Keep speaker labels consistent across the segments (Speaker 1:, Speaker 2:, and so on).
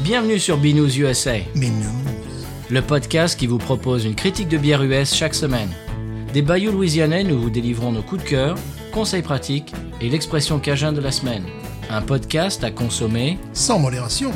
Speaker 1: Bienvenue sur Binous USA,
Speaker 2: Mais non.
Speaker 1: le podcast qui vous propose une critique de bière US chaque semaine. Des bayous louisianais, nous vous délivrons nos coups de cœur, conseils pratiques et l'expression cajun de la semaine. Un podcast à consommer.
Speaker 2: Sans modération.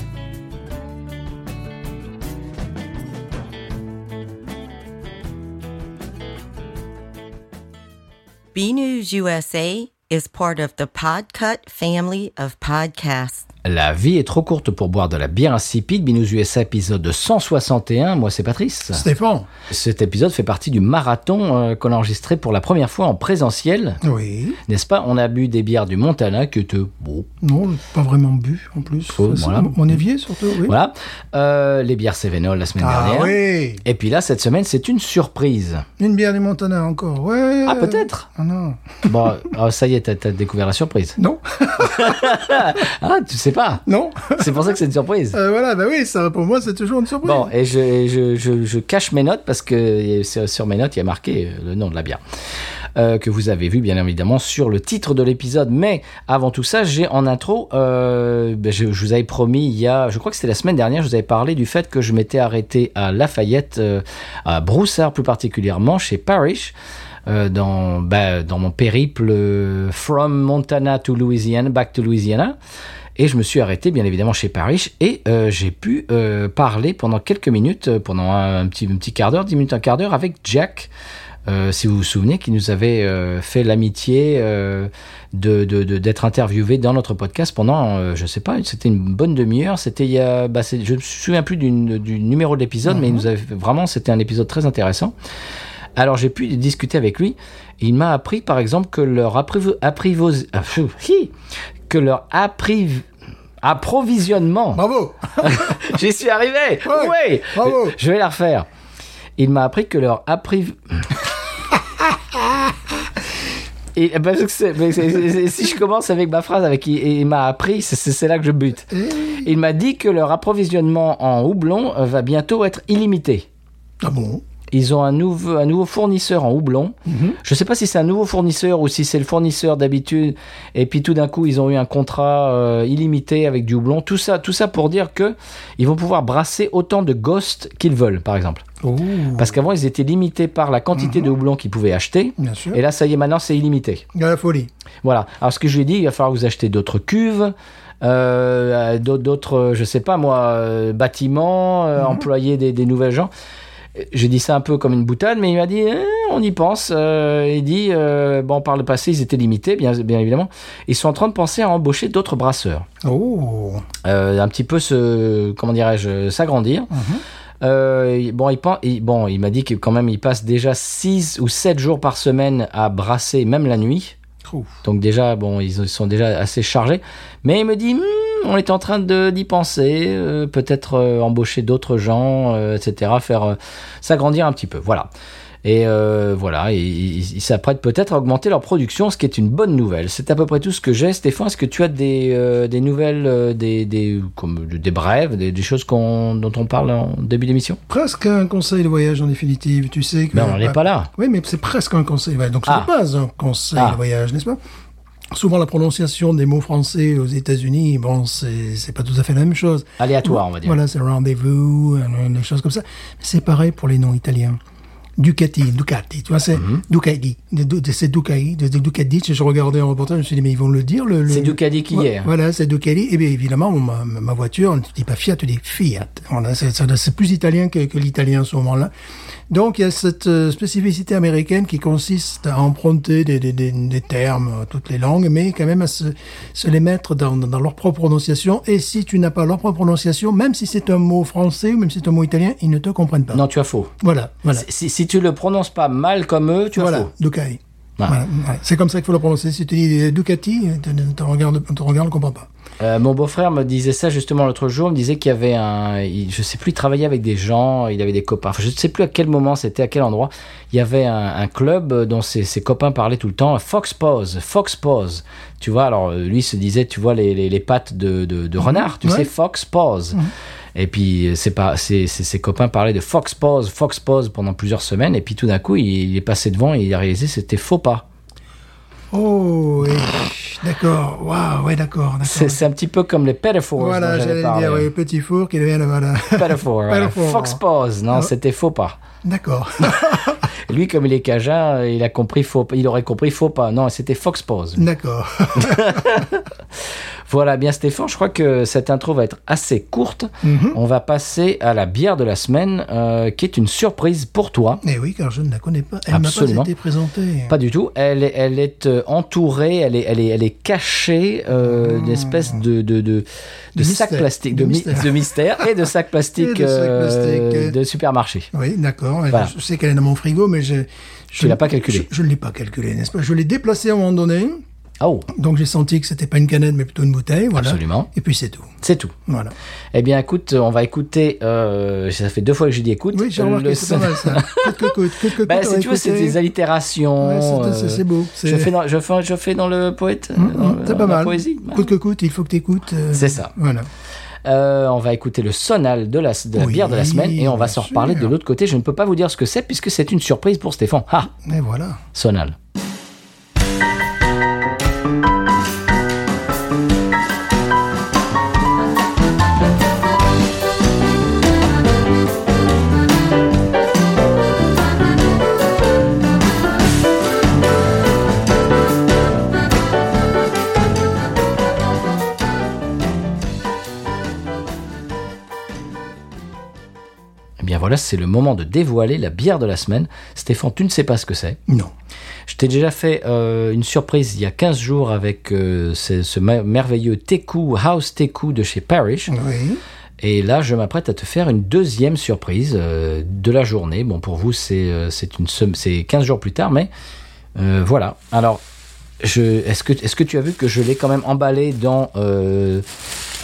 Speaker 3: B News USA is part of the Podcut family of podcasts.
Speaker 1: La vie est trop courte pour boire de la bière insipide. Binous USA épisode 161. Moi, c'est Patrice.
Speaker 2: Stéphane.
Speaker 1: Cet épisode fait partie du marathon euh, qu'on a enregistré pour la première fois en présentiel.
Speaker 2: Oui.
Speaker 1: N'est-ce pas On a bu des bières du Montana que te... E. Bon,
Speaker 2: Non, j'ai pas vraiment bu en plus.
Speaker 1: Faut,
Speaker 2: Ça,
Speaker 1: voilà.
Speaker 2: c'est Mon évier surtout, oui.
Speaker 1: Voilà. Euh, les bières Cévenol la semaine
Speaker 2: Ah
Speaker 1: dernière.
Speaker 2: oui.
Speaker 1: Et puis là, cette semaine, c'est une surprise.
Speaker 2: Une bière du Montana encore. Ouais.
Speaker 1: Ah, peut-être
Speaker 2: Ah non.
Speaker 1: Bon, ah, ça y est, t'as- t'as découvert la surprise.
Speaker 2: Non.
Speaker 1: Ah, tu sais pas
Speaker 2: non.
Speaker 1: C'est pour ça que c'est une surprise.
Speaker 2: Euh, voilà, bah oui, ça pour moi c'est toujours une surprise.
Speaker 1: Bon, et je, je- je- je cache mes notes parce que sur sur mes notes, il y a marqué euh, le nom de la bière. Euh, que vous avez vu, bien évidemment, sur le titre de l'épisode. Mais avant tout ça, j'ai en intro, euh, ben, je, je vous avais promis il y a, je crois que c'était la semaine dernière, je vous avais parlé du fait que je m'étais arrêté à Lafayette, euh, à Broussard plus particulièrement, chez Parrish. euh, dans, ben, dans mon périple euh, from Montana to Louisiana, back to Louisiana. Et je me suis arrêté, bien évidemment, chez Parrish et euh, j'ai pu euh, parler pendant quelques minutes, euh, pendant un, un petit, un petit quart d'heure, dix minutes, un quart d'heure, avec Jack. euh, si vous vous souvenez, qui nous avait euh, fait l'amitié euh, de de- de- d'être interviewé dans notre podcast pendant, euh, je sais pas, c'était une bonne demi-heure. C'était il y a, bah, c'est- je me souviens plus du, du numéro de l'épisode, mais il nous avait fait- vraiment, c'était un épisode très intéressant. Alors j'ai pu discuter avec lui. Il m'a appris par exemple que leur apprivo- aprivos- ah, pfiou, hi, que leur appriv- approvisionnement.
Speaker 2: Bravo.
Speaker 1: J'y suis arrivé.
Speaker 2: Ouais,
Speaker 1: Ouais.
Speaker 2: bravo.
Speaker 1: Je vais la refaire. Il m'a appris que leur appriv Et, bah, parce que c'est- mais c'est- c'est- c'est- si je commence avec ma phrase avec il, il m'a appris, c'est- c'est c'est là que je bute. Il m'a dit que leur approvisionnement en houblon euh, va bientôt être illimité.
Speaker 2: Ah bon.
Speaker 1: Ils ont un nouveau, un nouveau fournisseur en houblon. Je ne sais pas si c'est un nouveau fournisseur ou si c'est le fournisseur d'habitude. Et puis tout d'un coup, ils ont eu un contrat euh, illimité avec du houblon. Tout ça, tout ça pour dire que ils vont pouvoir brasser autant de ghosts qu'ils veulent, par exemple.
Speaker 2: Oh.
Speaker 1: Parce qu'avant, ils étaient limités par la quantité de houblon qu'ils pouvaient acheter.
Speaker 2: Bien sûr.
Speaker 1: Et là, ça y est, maintenant, c'est illimité.
Speaker 2: Il y a la folie.
Speaker 1: Voilà. Alors, ce que je lui ai dit, il va falloir vous acheter d'autres cuves, euh, d'aut- d'autres, euh, je sais pas moi, euh, bâtiments, euh, employer des, des nouvelles gens. Euh, J'ai dit ça un peu comme une boutade, mais il m'a dit, Eh, on y pense. Euh, il dit, euh, bon, par le passé, ils étaient limités, bien, bien évidemment. Ils sont en train de penser à embaucher d'autres brasseurs.
Speaker 2: Oh.
Speaker 1: Euh, un petit peu se, comment dirais-je, s'agrandir. Euh, il- bon, il, pen- il- bon, il m'a dit que quand même, il passe déjà 6 ou 7 jours par semaine à brasser, même la nuit.
Speaker 2: Ouf.
Speaker 1: Donc déjà, bon, ils sont déjà assez chargés. Mais il me dit, Hmm, on est en train de- d'y penser, euh, peut-être euh, embaucher d'autres gens, euh, etc., faire euh, s'agrandir un petit peu. Voilà. Et euh, voilà, et ils ils s'apprêtent peut-être à augmenter leur production, ce qui est une bonne nouvelle. C'est à peu près tout ce que j'ai. Stéphane, est-ce que tu as des, euh, des nouvelles, euh, des, des, comme, des brèves, des, des choses qu'on dont on parle en début d'émission
Speaker 2: Presque un conseil de voyage en définitive. Tu sais que.
Speaker 1: Ben, on n'est pas là.
Speaker 2: Oui, mais c'est presque un conseil. Ouais, donc ce
Speaker 1: Ah.
Speaker 2: n'est pas un conseil
Speaker 1: Ah.
Speaker 2: de voyage, n'est-ce pas Souvent, la prononciation des mots français aux États-Unis, bon, c'est c'est pas tout à fait la même chose.
Speaker 1: Aléatoire, on va dire.
Speaker 2: Voilà, c'est rendez-vous, euh, des choses comme ça. C'est pareil pour les noms italiens. Ducati, Ducati, tu vois, c'est
Speaker 1: Mhm.
Speaker 2: Ducati. de- de- C'est Ducati, de- de Ducati. Je regardais en reportage, je me suis dit, mais ils vont le dire. le- le-
Speaker 1: C'est Ducati qui
Speaker 2: Ouais,
Speaker 1: est.
Speaker 2: Voilà, c'est Ducati. Et bien évidemment, ma, ma voiture, on ne dit pas Fiat, on dit Fiat. Voilà, c'est- c'est c'est plus italien que, que l'italien à ce moment-là. Donc il y a cette euh, spécificité américaine qui consiste à emprunter des, des, des, des termes à toutes les langues, mais quand même à se, se les mettre dans, dans leur propre prononciation. Et si tu n'as pas leur propre prononciation, même si c'est un mot français ou même si c'est un mot italien, ils ne te comprennent pas.
Speaker 1: Non, tu as faux.
Speaker 2: Voilà, voilà.
Speaker 1: Si, si tu le prononces pas mal comme eux, tu as
Speaker 2: Voilà,
Speaker 1: faux.
Speaker 2: Ducati.
Speaker 1: Ah.
Speaker 2: Voilà, ouais. C'est comme ça qu'il faut le prononcer. Si tu dis euh, Ducati, on te regarde, on te regarde, on comprend pas.
Speaker 1: Euh, mon beau-frère me disait ça justement l'autre jour. Il me disait qu'il y avait un. il- je sais plus, il travaillait avec des gens, il avait des copains. Enfin, je ne sais plus à quel moment c'était, à quel endroit. Il y avait un, un club dont ses, ses copains parlaient tout le temps. Fox Pause, Fox Pause. Tu vois, alors euh, lui se disait, tu vois, les, les, les pattes de, de, de renard, tu
Speaker 2: Mhm. Ouais. Mhm.
Speaker 1: sais, Fox Pause. Et puis euh, c'est pas, ses, ses, ses copains parlaient de Fox Pause, Fox Pause pendant plusieurs semaines. Et puis tout d'un coup, il, il est passé devant et il a réalisé que c'était faux pas.
Speaker 2: Oh, oui. d'accord. Waouh, ouais, d'accord. d'accord.
Speaker 1: C'est c'est un petit peu comme les Petafors dont
Speaker 2: Voilà,
Speaker 1: j'avais
Speaker 2: j'allais le
Speaker 1: parlé.
Speaker 2: dire, oui, petit four qui devient le voilà.
Speaker 1: Petafors, voilà. Ah.
Speaker 2: Petafors.
Speaker 1: hein. Fox Paws, non, c'était faux pas.
Speaker 2: D'accord.
Speaker 1: Lui, comme il est cajun, il a compris faux, il aurait compris faux pas. Non, c'était Fox Paws.
Speaker 2: D'accord.
Speaker 1: Voilà, bien Stéphane, je crois que cette intro va être assez courte. On va passer à la bière de la semaine, euh, qui est une surprise pour toi.
Speaker 2: Eh oui, car je ne la connais pas. Elle m'a pas
Speaker 1: Absolument.
Speaker 2: été présentée.
Speaker 1: Pas du tout. Elle est, elle est euh, entourée, elle est, elle est, elle est cachée euh, d'une espèce de, de, de, de, sac
Speaker 2: mystère.
Speaker 1: plastique, de,
Speaker 2: De
Speaker 1: mi-
Speaker 2: mystère.
Speaker 1: de mystère et de sac plastique,
Speaker 2: Et de sac
Speaker 1: euh,
Speaker 2: plastique.
Speaker 1: de supermarché.
Speaker 2: Oui, d'accord. Eh ben,
Speaker 1: Voilà.
Speaker 2: Je sais qu'elle est dans mon frigo, mais je. je-
Speaker 1: l'as pas calculée.
Speaker 2: Je ne l'ai pas calculée, n'est-ce pas Je l'ai déplacée à un moment donné,
Speaker 1: Oh,
Speaker 2: donc j'ai senti que c'était pas une canette, mais plutôt une bouteille. Voilà.
Speaker 1: Absolument.
Speaker 2: Et puis c'est tout.
Speaker 1: c'est tout.
Speaker 2: Voilà.
Speaker 1: Eh bien, écoute, on va écouter. euh, ça fait deux fois que j'ai dit écoute.
Speaker 2: Oui, j'ai remarqué,
Speaker 1: Le-
Speaker 2: c'est pas mal ça. Coûte que coûte, coûte que
Speaker 1: Bah,
Speaker 2: coûte, on
Speaker 1: si
Speaker 2: va
Speaker 1: tu veux, c'est
Speaker 2: écouter.
Speaker 1: des allitérations.
Speaker 2: Ouais, c'est- c'est-
Speaker 1: euh,
Speaker 2: c'est beau, c'est-
Speaker 1: Je fais, dans, je, fais, je fais dans le poète. euh, dans
Speaker 2: Hum,
Speaker 1: le-
Speaker 2: C'est
Speaker 1: dans
Speaker 2: pas
Speaker 1: La
Speaker 2: mal.
Speaker 1: poésie.
Speaker 2: Coûte que coûte, il faut que tu écoutes.
Speaker 1: C'est ça.
Speaker 2: Voilà.
Speaker 1: Euh, on va écouter le sonal de la, de la
Speaker 2: Oui,
Speaker 1: bière de la semaine et on va
Speaker 2: bien
Speaker 1: s'en reparler
Speaker 2: sûr.
Speaker 1: de l'autre côté. Je ne peux pas vous dire ce que c'est puisque c'est une surprise pour Stéphane. Ah,
Speaker 2: Et voilà.
Speaker 1: sonal. Eh bien voilà, c'est le moment de dévoiler la bière de la semaine. Stéphane, tu ne sais pas ce que c'est.
Speaker 2: Non.
Speaker 1: Je t'ai déjà fait euh, une surprise il y a 15 jours avec euh, ce, ce mer- merveilleux Teku, House Teku de chez Parrish.
Speaker 2: Oui.
Speaker 1: Et là, je m'apprête à te faire une deuxième surprise euh, de la journée. Bon, pour vous, c'est euh, c'est une sem- c'est 15 jours plus tard, mais euh, voilà. Alors, je- est-ce que, est que tu as vu que je l'ai quand même emballé dans, euh,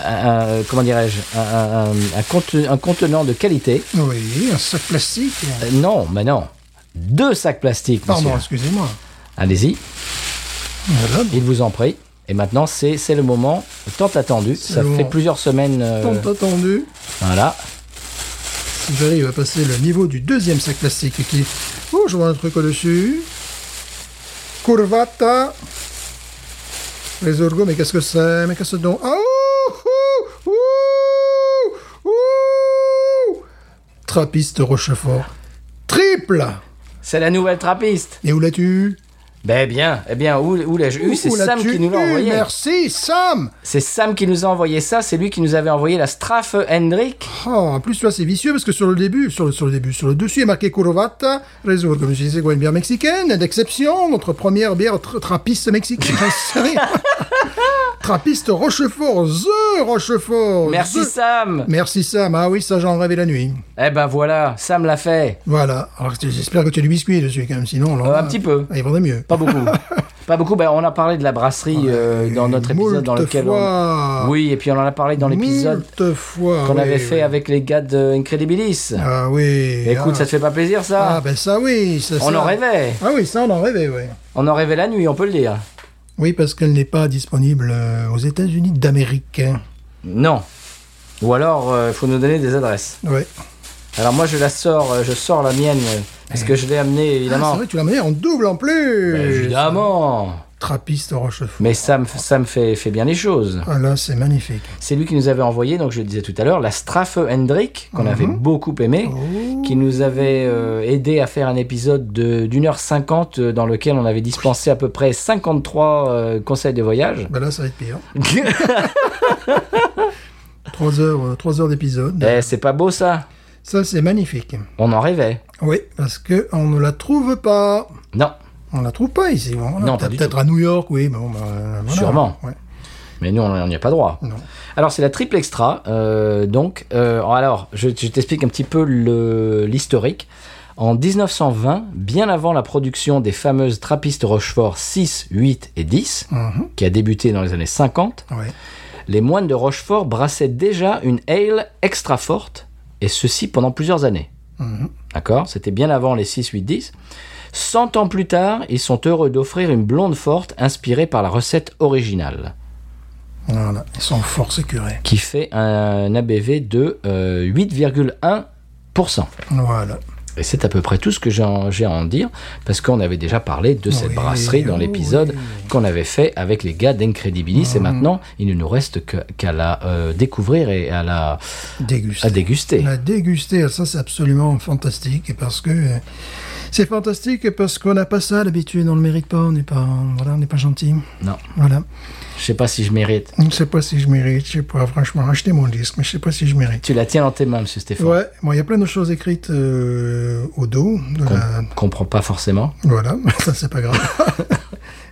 Speaker 1: un, un- comment dirais-je, un, un- un- un conte- un contenant de qualité
Speaker 2: Oui, un sac plastique.
Speaker 1: Euh, Non, mais non. Deux sacs plastiques, monsieur.
Speaker 2: Pardon, excusez-moi.
Speaker 1: Allez-y,
Speaker 2: Voilà.
Speaker 1: il vous en prie. Et maintenant, c'est c'est le moment tant attendu. Ça
Speaker 2: le
Speaker 1: fait
Speaker 2: moment.
Speaker 1: plusieurs semaines. euh,
Speaker 2: Tant attendu.
Speaker 1: voilà.
Speaker 2: Si j'arrive à passer le niveau du deuxième sac plastique qui... Oh, je vois un truc au-dessus. Curvata. Les orgos, mais qu'est-ce que c'est Mais qu'est-ce que c'est donc Ah, oh, ouh, ouh, ouh, ouh. oh. Trappiste Rochefort. Triple
Speaker 1: C'est la nouvelle trappiste.
Speaker 2: Et où l'as-tu
Speaker 1: Ben bien, eh bien, où, où l'ai-je eu C'est
Speaker 2: Où
Speaker 1: Sam
Speaker 2: l'as-tu
Speaker 1: qui nous l'a
Speaker 2: eu
Speaker 1: envoyé.
Speaker 2: Merci, Sam
Speaker 1: C'est Sam qui nous a envoyé ça, c'est lui qui nous avait envoyé la Strafe Hendrik.
Speaker 2: Oh, en plus, là, c'est vicieux parce que sur le début, sur le, sur le début, sur le dessus, il est marqué Curovata, réseau, comme je disais, quoi, une bière mexicaine, d'exception, notre première bière tra- trappiste mexicaine. j'en sais rien. trappiste Rochefort, The Rochefort.
Speaker 1: Merci
Speaker 2: the-
Speaker 1: Sam
Speaker 2: Merci Sam, ah oui, ça j'en rêvais la nuit.
Speaker 1: Eh ben voilà, Sam l'a fait.
Speaker 2: Voilà, alors tu- j'espère que tu as du biscuit dessus quand même, sinon... alors
Speaker 1: Euh,
Speaker 2: là, ah,
Speaker 1: un petit peu.
Speaker 2: Il vaudrait mieux.
Speaker 1: Pas beaucoup. Pas beaucoup, ben on a parlé de la brasserie euh, dans notre épisode dans
Speaker 2: Moult
Speaker 1: lequel
Speaker 2: fois.
Speaker 1: on... Oui, et puis on en a parlé dans l'épisode
Speaker 2: Moult fois, Ah
Speaker 1: qu'on
Speaker 2: oui,
Speaker 1: avait fait
Speaker 2: oui.
Speaker 1: avec les gars de Incredibilis.
Speaker 2: Ah oui.
Speaker 1: Écoute,
Speaker 2: ah.
Speaker 1: ça te fait pas plaisir ça
Speaker 2: Ah ben ça oui, ça,
Speaker 1: On
Speaker 2: ça-
Speaker 1: en rêvait
Speaker 2: Ah oui, ça on en rêvait, oui.
Speaker 1: On en rêvait la nuit, on peut le dire.
Speaker 2: Oui, parce qu'elle n'est pas disponible euh, aux États-Unis d'Amérique. hein.
Speaker 1: Non. Ou alors, euh, il faut nous donner des adresses.
Speaker 2: Ouais.
Speaker 1: Alors moi je la sors, euh, je sors la mienne, euh, parce que je l'ai amenée
Speaker 2: Ah,
Speaker 1: évidemment.
Speaker 2: c'est vrai, tu l'as mené en double en plus.
Speaker 1: Ben, évidemment
Speaker 2: Trappiste au Rochefort.
Speaker 1: Mais ça me, f- ça me fait, fait bien les choses.
Speaker 2: Ah là, c'est magnifique.
Speaker 1: C'est lui qui nous avait envoyé, donc je le disais tout à l'heure, la Strafe Hendrik,
Speaker 2: Mhm.
Speaker 1: qu'on avait beaucoup aimé,
Speaker 2: Oh.
Speaker 1: qui nous avait euh, aidé à faire un épisode de- d'une heure cinquante euh, dans lequel on avait dispensé à peu près 53 euh, conseils de voyage.
Speaker 2: Ben là, ça va être pire. Trois heures, euh, trois heures d'épisode.
Speaker 1: Eh, c'est pas beau ça
Speaker 2: Ça, c'est magnifique.
Speaker 1: On en rêvait.
Speaker 2: Oui, parce que on ne la trouve pas.
Speaker 1: Non,
Speaker 2: On la trouve pas ici. Voilà.
Speaker 1: Non, pas du
Speaker 2: Peut-être à New York, oui. Bon, ben, euh, voilà.
Speaker 1: Sûrement.
Speaker 2: Ouais.
Speaker 1: mais nous on n'y a pas droit.
Speaker 2: Non.
Speaker 1: Alors c'est la triple extra. euh, donc, euh, alors je, je t'explique un petit peu le- l'historique. En 1920, bien avant la production des fameuses trappistes Rochefort 6, 8 et 10,
Speaker 2: Mhm.
Speaker 1: qui a débuté dans les années 50,
Speaker 2: Ouais.
Speaker 1: les moines de Rochefort brassaient déjà une ale extra forte, et ceci pendant plusieurs années.
Speaker 2: Mhm,
Speaker 1: D'accord C'était bien avant les 6, 8, 10. 100 ans plus tard, ils sont heureux d'offrir une blonde forte inspirée par la recette originale
Speaker 2: Voilà. Ils sont fort sécurés.
Speaker 1: qui fait un ABV de euh, 8,1%.
Speaker 2: Voilà.
Speaker 1: Et c'est à peu près tout ce que j'ai en- j'ai à en dire, parce qu'on avait déjà parlé de cette
Speaker 2: Oui,
Speaker 1: brasserie dans
Speaker 2: oui. Ah.
Speaker 1: l'épisode qu'on avait fait avec les gars d'Incredibilis, et maintenant, il ne nous reste que- qu'à la euh, découvrir et à la
Speaker 2: Déguster.
Speaker 1: à déguster.
Speaker 2: La déguster, ça c'est absolument fantastique et parce que euh, c'est fantastique parce qu'on n'a pas ça d'habitude, on ne le mérite pas, on n'est pas, voilà, on n'est pas gentil.
Speaker 1: Non,
Speaker 2: Voilà.
Speaker 1: je sais pas si je mérite.
Speaker 2: Je ne sais pas si je mérite, je sais pas, franchement, acheter mon disque, mais je sais pas si je mérite.
Speaker 1: Tu la tiens dans tes mains, monsieur Stéphane.
Speaker 2: Ouais, bon, il y a plein de choses écrites euh, au dos de
Speaker 1: Qu'on
Speaker 2: la-
Speaker 1: comprend pas forcément.
Speaker 2: Voilà, ça c'est pas grave.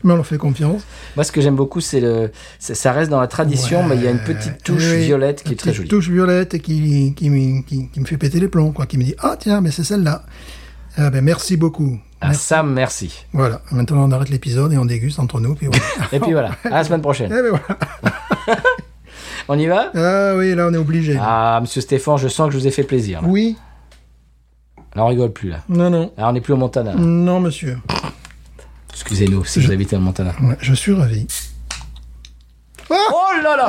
Speaker 2: mais on leur fait confiance.
Speaker 1: Moi, ce que j'aime beaucoup, c'est le, c'est- ça reste dans la tradition, mais il y a une petite touche
Speaker 2: Oui,
Speaker 1: violette qui
Speaker 2: une
Speaker 1: est très
Speaker 2: petite
Speaker 1: jolie.
Speaker 2: touche violette qui, qui, me- qui- qui me fait péter les plombs, quoi, qui me dit Ah, tiens, mais c'est celle-là. Ah, ben, merci beaucoup.
Speaker 1: Ah, Sam, merci.
Speaker 2: Voilà, maintenant on arrête l'épisode et on déguste entre nous. Puis voilà.
Speaker 1: Et puis voilà, à la semaine prochaine.
Speaker 2: Eh ben voilà.
Speaker 1: On y va
Speaker 2: Ah oui, là on est obligé.
Speaker 1: Ah, monsieur Stéphane, je sens que je vous ai fait plaisir. Là,
Speaker 2: Oui,
Speaker 1: Là, on rigole plus, là.
Speaker 2: non, non.
Speaker 1: Là, on n'est plus au Montana. là.
Speaker 2: Non, monsieur.
Speaker 1: Excusez-nous si vous habitez au Montana.
Speaker 2: Ouais, Je suis ravi.
Speaker 1: Oh là là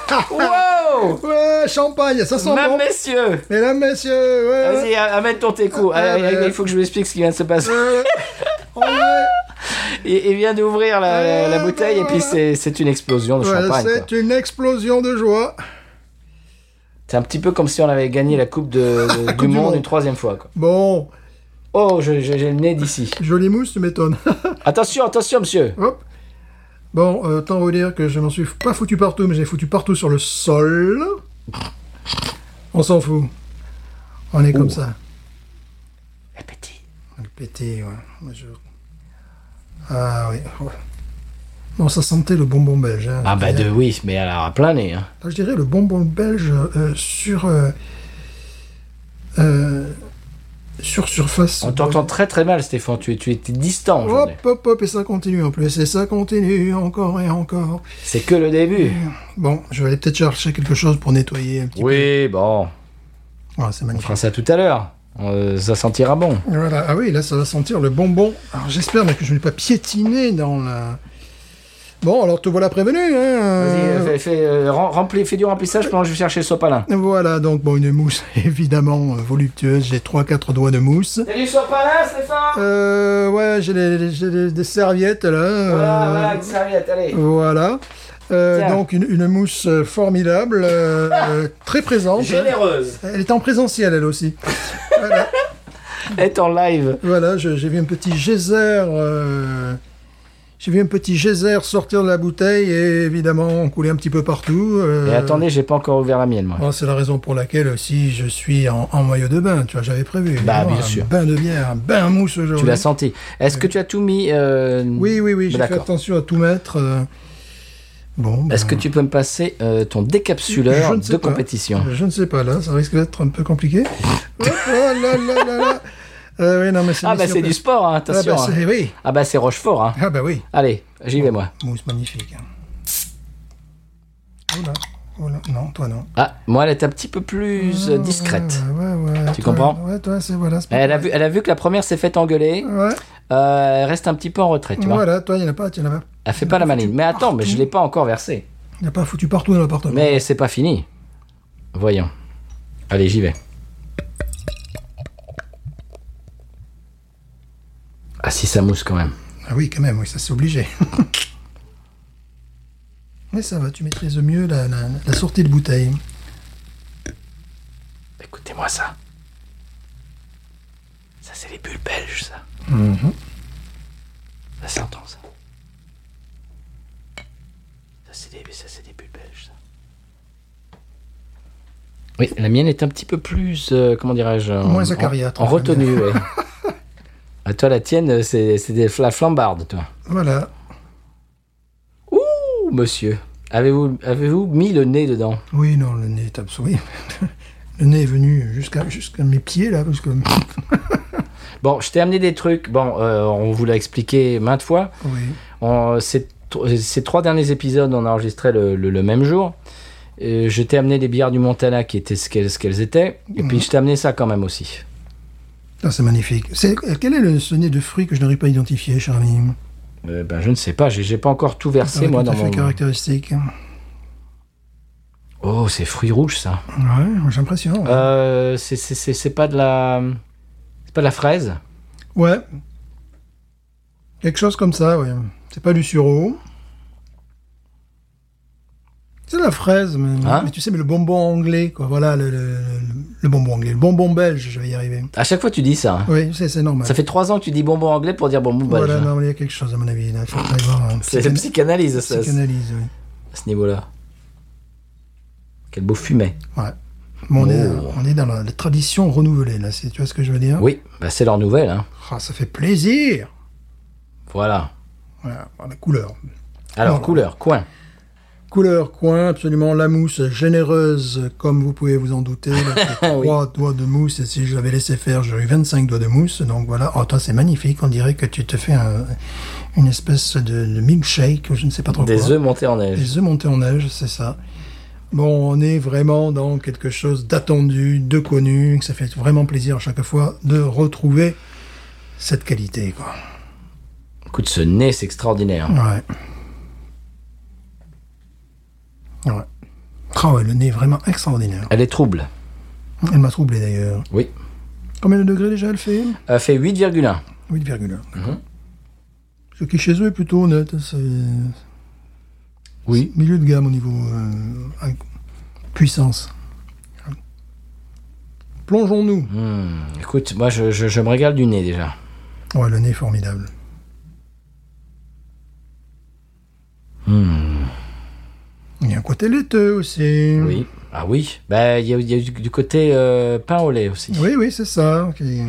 Speaker 1: Oh Wow
Speaker 2: Ouais, champagne, ça sent
Speaker 1: Mesdames,
Speaker 2: bon.
Speaker 1: messieurs
Speaker 2: Mesdames, messieurs, ouais.
Speaker 1: Vas-y, a- amène ton téco.
Speaker 2: Euh. Ah,
Speaker 1: Allez,
Speaker 2: ouais.
Speaker 1: Il faut que je vous explique ce qui vient de se passer.
Speaker 2: Euh, on est-
Speaker 1: Il, il vient d'ouvrir la, la- la bouteille et puis c'est c'est une explosion de
Speaker 2: Voilà,
Speaker 1: champagne. quoi.
Speaker 2: c'est une explosion de joie.
Speaker 1: C'est un petit peu comme si on avait gagné la Coupe, de, de- du
Speaker 2: Coupe du
Speaker 1: Monde
Speaker 2: Monde.
Speaker 1: une troisième fois. Quoi.
Speaker 2: Bon,
Speaker 1: Oh, je- je- j'ai le nez d'ici.
Speaker 2: jolie mousse, tu m'étonnes.
Speaker 1: Attention, attention, monsieur.
Speaker 2: Hop. Bon, euh, tant vous dire que je m'en suis pas foutu partout, mais j'ai foutu partout sur le sol. On s'en fout. On est comme ça.
Speaker 1: Appétit.
Speaker 2: Le pété, ouais. Moi, je- Ah oui. ouais. Non, ça sentait le bonbon belge. hein.
Speaker 1: Ah bah de oui, mais alors à plein nez. hein.
Speaker 2: Je dirais le bonbon belge euh, sur... euh, euh, sur surface.
Speaker 1: On t'entend très très mal, Stéphane. Tu, es- tu étais distant
Speaker 2: Hop,
Speaker 1: aujourd'hui.
Speaker 2: hop, hop, et ça continue en plus. Et ça continue encore et encore.
Speaker 1: C'est que le début.
Speaker 2: Bon, je vais aller peut-être chercher quelque chose pour nettoyer un petit
Speaker 1: Oui, bon.
Speaker 2: peu. Ah, c'est
Speaker 1: On
Speaker 2: magnifique.
Speaker 1: fera ça tout à l'heure. Euh, ça sentira bon.
Speaker 2: Voilà. Ah oui, là, ça va sentir le bonbon. Alors, j'espère là, que je ne vais pas piétiner dans la... Bon, alors te voilà prévenu, hein
Speaker 1: Vas-y,
Speaker 2: euh,
Speaker 1: euh, fais, fais, euh, rem- remplis- fais du remplissage pendant que je vais chercher le sopalin.
Speaker 2: Voilà, donc bon, une mousse évidemment euh, voluptueuse. J'ai 3-4 doigts de mousse.
Speaker 1: Salut sopalin, Stéphane
Speaker 2: Euh, ouais, j'ai des- j'ai des, des serviettes là. euh,
Speaker 1: une serviette, allez.
Speaker 2: voilà. Euh,
Speaker 1: Tiens.
Speaker 2: donc une, une mousse formidable, euh, euh, très présente.
Speaker 1: Généreuse.
Speaker 2: Elle est en présentiel elle aussi.
Speaker 1: Est en live.
Speaker 2: Voilà, je- j'ai vu un petit geyser. euh, j'ai vu un petit geyser sortir de la bouteille et évidemment couler un petit peu partout. euh,
Speaker 1: Et attendez, j'ai pas encore ouvert la mienne, moi.
Speaker 2: Bon, Oh, c'est la raison pour laquelle aussi je suis en, en maillot de bain, tu vois, j'avais prévu.
Speaker 1: Bah,
Speaker 2: évidemment,
Speaker 1: bien
Speaker 2: un
Speaker 1: sûr.
Speaker 2: bain de bière, un bain à mousse aujourd'hui.
Speaker 1: Tu l'as senti. Est-ce que tu as tout mis euh,
Speaker 2: euh, Oui, oui, oui, j'ai fait
Speaker 1: D'accord.
Speaker 2: attention à tout mettre. euh, Bon. ben,
Speaker 1: Est-ce que tu peux me passer euh, ton
Speaker 2: je
Speaker 1: décapsuleur
Speaker 2: ne sais
Speaker 1: de
Speaker 2: pas.
Speaker 1: compétition
Speaker 2: Je ne sais pas, là, ça risque d'être un peu compliqué. Hop, oh là là là là. Euh, oui, non, mais
Speaker 1: Ah bah c'est du sport, hein,
Speaker 2: Ah
Speaker 1: attention.
Speaker 2: bah,
Speaker 1: hein.
Speaker 2: c'est- oui.
Speaker 1: Ah bah c'est Rochefort. Hein.
Speaker 2: Ah bah oui,
Speaker 1: Allez, j'y vais moi.
Speaker 2: mousse magnifique. hein. Oh là, oh là, non, toi non.
Speaker 1: Ah, moi elle est un petit peu plus euh, discrète.
Speaker 2: Ouais, ouais, ouais,
Speaker 1: Tu
Speaker 2: toi,
Speaker 1: comprends
Speaker 2: Ouais, toi, c'est voilà. c'est pas-
Speaker 1: Elle a, vu, elle a vu que la première s'est faite engueuler.
Speaker 2: Ouais,
Speaker 1: Euh, elle reste un petit peu en retrait, tu vois.
Speaker 2: voilà, toi, il n'y en a pas, tu n'en as pas.
Speaker 1: Elle fait pas la maligne. Mais attends, mais je l'ai pas encore versée.
Speaker 2: Il n'a pas foutu partout dans l'appartement.
Speaker 1: Mais c'est pas fini. Voyons. Allez, j'y vais. Ah si, ça mousse quand même.
Speaker 2: Ah oui, quand même, oui, ça c'est obligé. Mais ça va, tu maîtrises mieux la, la, la sortie de bouteille.
Speaker 1: Écoutez-moi ça. Ça, c'est les bulles belges, ça. Mhm. Ça s'entend, ça. Ça, c'est des, ça, c'est des bulles belges, ça. Oui, la mienne est un petit peu plus, euh, comment dirais-je, en-
Speaker 2: Moins
Speaker 1: en-
Speaker 2: acariâtre,
Speaker 1: En,
Speaker 2: on va dire.
Speaker 1: retenue, ouais. Ah, toi, la tienne, c'est c'est des la flambarde, toi.
Speaker 2: Voilà.
Speaker 1: Ouh, monsieur. Avez-vous avez mis le nez dedans
Speaker 2: Oui, non, le nez est absolu. le nez est venu jusqu'à jusqu'à mes pieds, là, parce que...
Speaker 1: Bon, je t'ai amené des trucs. Bon, euh, on vous l'a expliqué maintes fois.
Speaker 2: Oui.
Speaker 1: En- ces, tro- ces trois derniers épisodes, on a enregistré le, le- le même jour. Euh, je t'ai amené des bières du Montana qui étaient ce qu'elles ce qu'elles étaient. Et
Speaker 2: Mm.
Speaker 1: puis je t'ai amené ça quand même aussi.
Speaker 2: Ah, c'est magnifique. C'est- Quel est le ce nez de fruits que je n'arrive pas à identifier, cher ami
Speaker 1: Euh, ben, je ne sais pas, j'ai- j'ai pas encore tout versé
Speaker 2: Avec
Speaker 1: moi
Speaker 2: Ah, tout à
Speaker 1: dans
Speaker 2: fait
Speaker 1: mon.
Speaker 2: caractéristique.
Speaker 1: Oh, c'est fruits rouges ça.
Speaker 2: Ouais, j'ai l'impression.
Speaker 1: Euh, c'est- c'est c'est- c'est pas de la. Pas de la fraise
Speaker 2: Ouais. Quelque chose comme ça, ouais. C'est pas du sureau. C'est de la fraise, mais,
Speaker 1: Hein
Speaker 2: mais tu sais, mais le bonbon anglais, quoi. Voilà, le, le- le bonbon anglais. Le bonbon belge, je vais y arriver.
Speaker 1: À chaque fois, tu dis ça. hein.
Speaker 2: Oui, c'est c'est normal.
Speaker 1: Ça fait trois ans que tu dis bonbon anglais pour dire bonbon belge. hein.
Speaker 2: Voilà, non, mais il y a quelque chose, à mon avis. Là. Faut pas y voir, hein.
Speaker 1: C'est la psychanalyse, ça,
Speaker 2: Psychanalyse, oui.
Speaker 1: à ce niveau-là. Quel beau fumet.
Speaker 2: Ouais. Bon, on, est,
Speaker 1: Oh.
Speaker 2: on est dans la, la tradition renouvelée, là. c'est- Tu vois ce que je veux dire
Speaker 1: Oui, bah, c'est leur nouvelle. hein.
Speaker 2: Ah, ça fait plaisir
Speaker 1: Voilà.
Speaker 2: Voilà, voilà, la couleur.
Speaker 1: Alors,
Speaker 2: Voilà.
Speaker 1: couleur, coin.
Speaker 2: Couleur, coin, absolument la mousse généreuse, comme vous pouvez vous en douter. Là, c'est
Speaker 1: Ah Oui.
Speaker 2: trois doigts de mousse, et si je l'avais laissé faire, j'aurais eu 25 doigts de mousse. Donc voilà, oh, toi, c'est magnifique. On dirait que tu te fais un- une espèce de, de milkshake, ou je ne sais pas trop quoi.
Speaker 1: Des œufs montés en neige.
Speaker 2: Les œufs montés en neige, c'est ça. Bon, on est vraiment dans quelque chose d'attendu, de connu, que ça fait vraiment plaisir à chaque fois de retrouver cette qualité, quoi.
Speaker 1: Écoute, ce nez, c'est extraordinaire.
Speaker 2: Ouais. Ouais. Ah ouais, le nez est vraiment extraordinaire.
Speaker 1: Elle est trouble.
Speaker 2: Elle m'a troublé d'ailleurs.
Speaker 1: Oui.
Speaker 2: Combien de degrés déjà elle fait
Speaker 1: Elle fait 8,1.
Speaker 2: 8,1. d'accord. Ce qui chez eux est plutôt honnête. hein, C'est
Speaker 1: Oui.
Speaker 2: milieu de gamme au niveau euh, inc- puissance. Plongeons-nous.
Speaker 1: Écoute, moi, je, je- je me régale du nez déjà.
Speaker 2: Ouais, le nez est formidable. Il y a un côté laiteux aussi.
Speaker 1: Oui. Ah oui. Bah, il y a, il y a du, du côté euh, pain au lait aussi.
Speaker 2: Oui, oui, c'est ça. qui-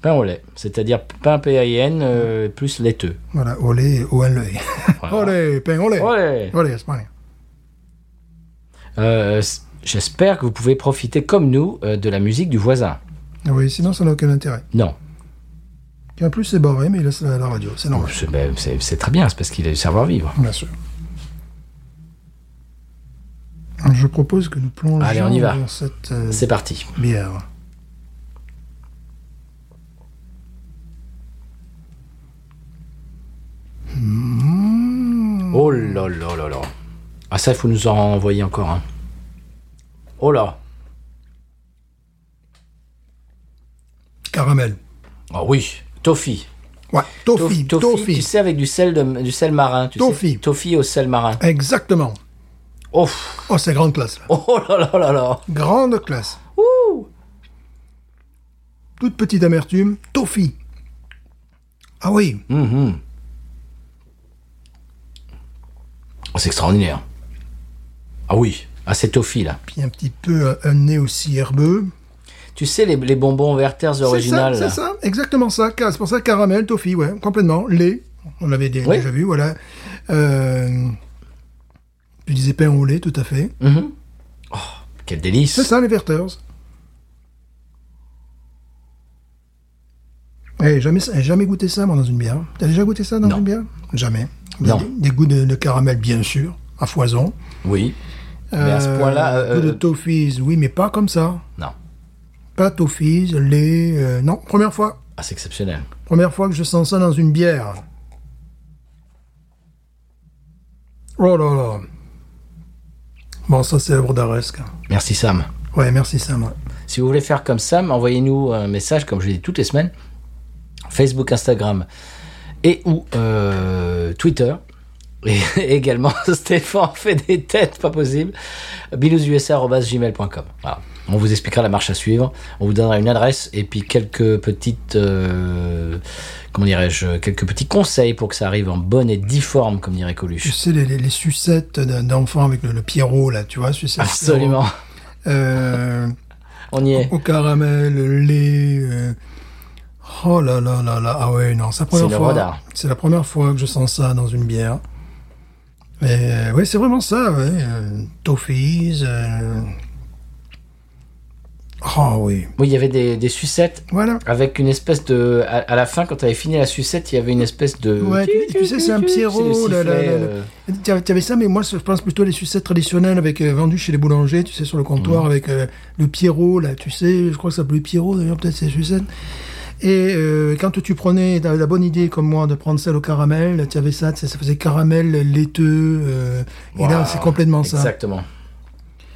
Speaker 1: Pain au lait. C'est-à-dire pain PAIN euh, plus laiteux.
Speaker 2: Voilà, olé, olé.
Speaker 1: Voilà.
Speaker 2: Olé, pain, olé.
Speaker 1: Olé.
Speaker 2: Olé, c'est pas rien.
Speaker 1: Euh, s- J'espère que vous pouvez profiter comme nous euh, de la musique du voisin.
Speaker 2: Ah Oui, sinon ça n'a aucun intérêt.
Speaker 1: Non,
Speaker 2: Et en plus, c'est barré, mais il laisse la, la radio. C'est normal.
Speaker 1: C'est- ben, c'est c'est très bien, c'est parce qu'il a du savoir-vivre.
Speaker 2: Bien sûr. Je propose que nous plongeons
Speaker 1: Allez, on y va.
Speaker 2: dans cette euh,
Speaker 1: C'est parti.
Speaker 2: bière.
Speaker 1: Oh là là là là. Ah ça, il faut nous en envoyer encore un. Oh là.
Speaker 2: Caramel.
Speaker 1: Ah oui, toffee.
Speaker 2: Ouais, toffee,
Speaker 1: Tof-
Speaker 2: toffee.
Speaker 1: Tu sais, avec du sel, de, du sel marin. Tu sais.
Speaker 2: Toffee.
Speaker 1: Toffee au sel marin.
Speaker 2: Exactement.
Speaker 1: Oh, pff.
Speaker 2: Oh, c'est grande classe. là.
Speaker 1: oh là là là là.
Speaker 2: Grande classe. Toute petite amertume. Toffee. Ah oui.
Speaker 1: Mm. Oh, C'est extraordinaire. Ah oui, ah, c'est toffee là.
Speaker 2: Puis un petit peu euh, un nez aussi herbeux.
Speaker 1: Tu sais, les, les bonbons Werther's
Speaker 2: C'est ça,
Speaker 1: originales.
Speaker 2: c'est
Speaker 1: là.
Speaker 2: ça, exactement ça. Car- C'est pour ça caramel, toffee, ouais, complètement. Lait, on l'avait dé-
Speaker 1: Oui.
Speaker 2: déjà vu, voilà. Euh, tu disais pain au lait, tout à fait.
Speaker 1: Mm. Quel délice.
Speaker 2: C'est ça, les Verters. Eh, jamais, ça- jamais goûté ça, moi, dans une bière. T'as déjà goûté ça dans
Speaker 1: Non.
Speaker 2: une bière Jamais. Des-
Speaker 1: Non.
Speaker 2: Des, goûts de, de caramel, bien sûr, à foison.
Speaker 1: Oui. Mais à ce
Speaker 2: Euh,
Speaker 1: point-là. euh,
Speaker 2: goût de
Speaker 1: euh,
Speaker 2: toffees, oui, mais pas comme ça.
Speaker 1: non.
Speaker 2: Pas toffees, lait, euh, non, première fois.
Speaker 1: Ah, c'est exceptionnel.
Speaker 2: Première fois que je sens ça dans une bière. Oh là là. Bon, ça c'est œuvre d'Aresque.
Speaker 1: Merci Sam.
Speaker 2: Ouais, merci Sam. ouais.
Speaker 1: Si vous voulez faire comme Sam, envoyez-nous un message, comme je le dis toutes les semaines, Facebook, Instagram et ou euh, Twitter. Et également, Stéphane fait des têtes, pas possible. biloususa.gmail.com. Voilà. On vous expliquera la marche à suivre. On vous donnera une adresse et puis quelques petites, euh, comment dirais-je, quelques petits conseils pour que ça arrive en bonne et difforme, comme dirait
Speaker 2: Tu
Speaker 1: Coluche.
Speaker 2: sais, les, les- les sucettes d'un- d'enfants avec le, le pierrot, là, tu vois, sucettes.
Speaker 1: Absolument.
Speaker 2: pierrot. Euh,
Speaker 1: On y est.
Speaker 2: au caramel, le lait. euh, Oh là là là là. Ah ouais, non, c'est la
Speaker 1: C'est
Speaker 2: première
Speaker 1: le
Speaker 2: fois.
Speaker 1: radar.
Speaker 2: C'est la première fois que je sens ça dans une bière. Et euh, ouais, c'est vraiment ça, ouais. euh, toffees. euh, Oh oui.
Speaker 1: Oui, il y avait des- des sucettes
Speaker 2: Voilà.
Speaker 1: Avec une espèce de. À, à la fin, quand tu avais fini la sucette, il y avait une espèce de.
Speaker 2: Ouais, tu, tu sais, c'est un
Speaker 1: C'est
Speaker 2: pierrot.
Speaker 1: le
Speaker 2: là, là,
Speaker 1: sifflet,
Speaker 2: là, là.
Speaker 1: euh,
Speaker 2: Tu avais- tu avais ça, mais moi, je pense plutôt à les sucettes traditionnelles avec euh, vendues chez les boulangers, tu sais, sur le comptoir, avec euh, le pierrot, là, tu sais, je crois que ça s'appelait pierrot, d'ailleurs, peut-être c'est sucette. Et euh, quand tu prenais, t'avais la bonne idée, comme moi, de prendre celle au caramel, tu avais ça, tu sais, ça faisait caramel laiteux, euh, et là,
Speaker 1: Waouh,
Speaker 2: c'est complètement ça.
Speaker 1: Exactement.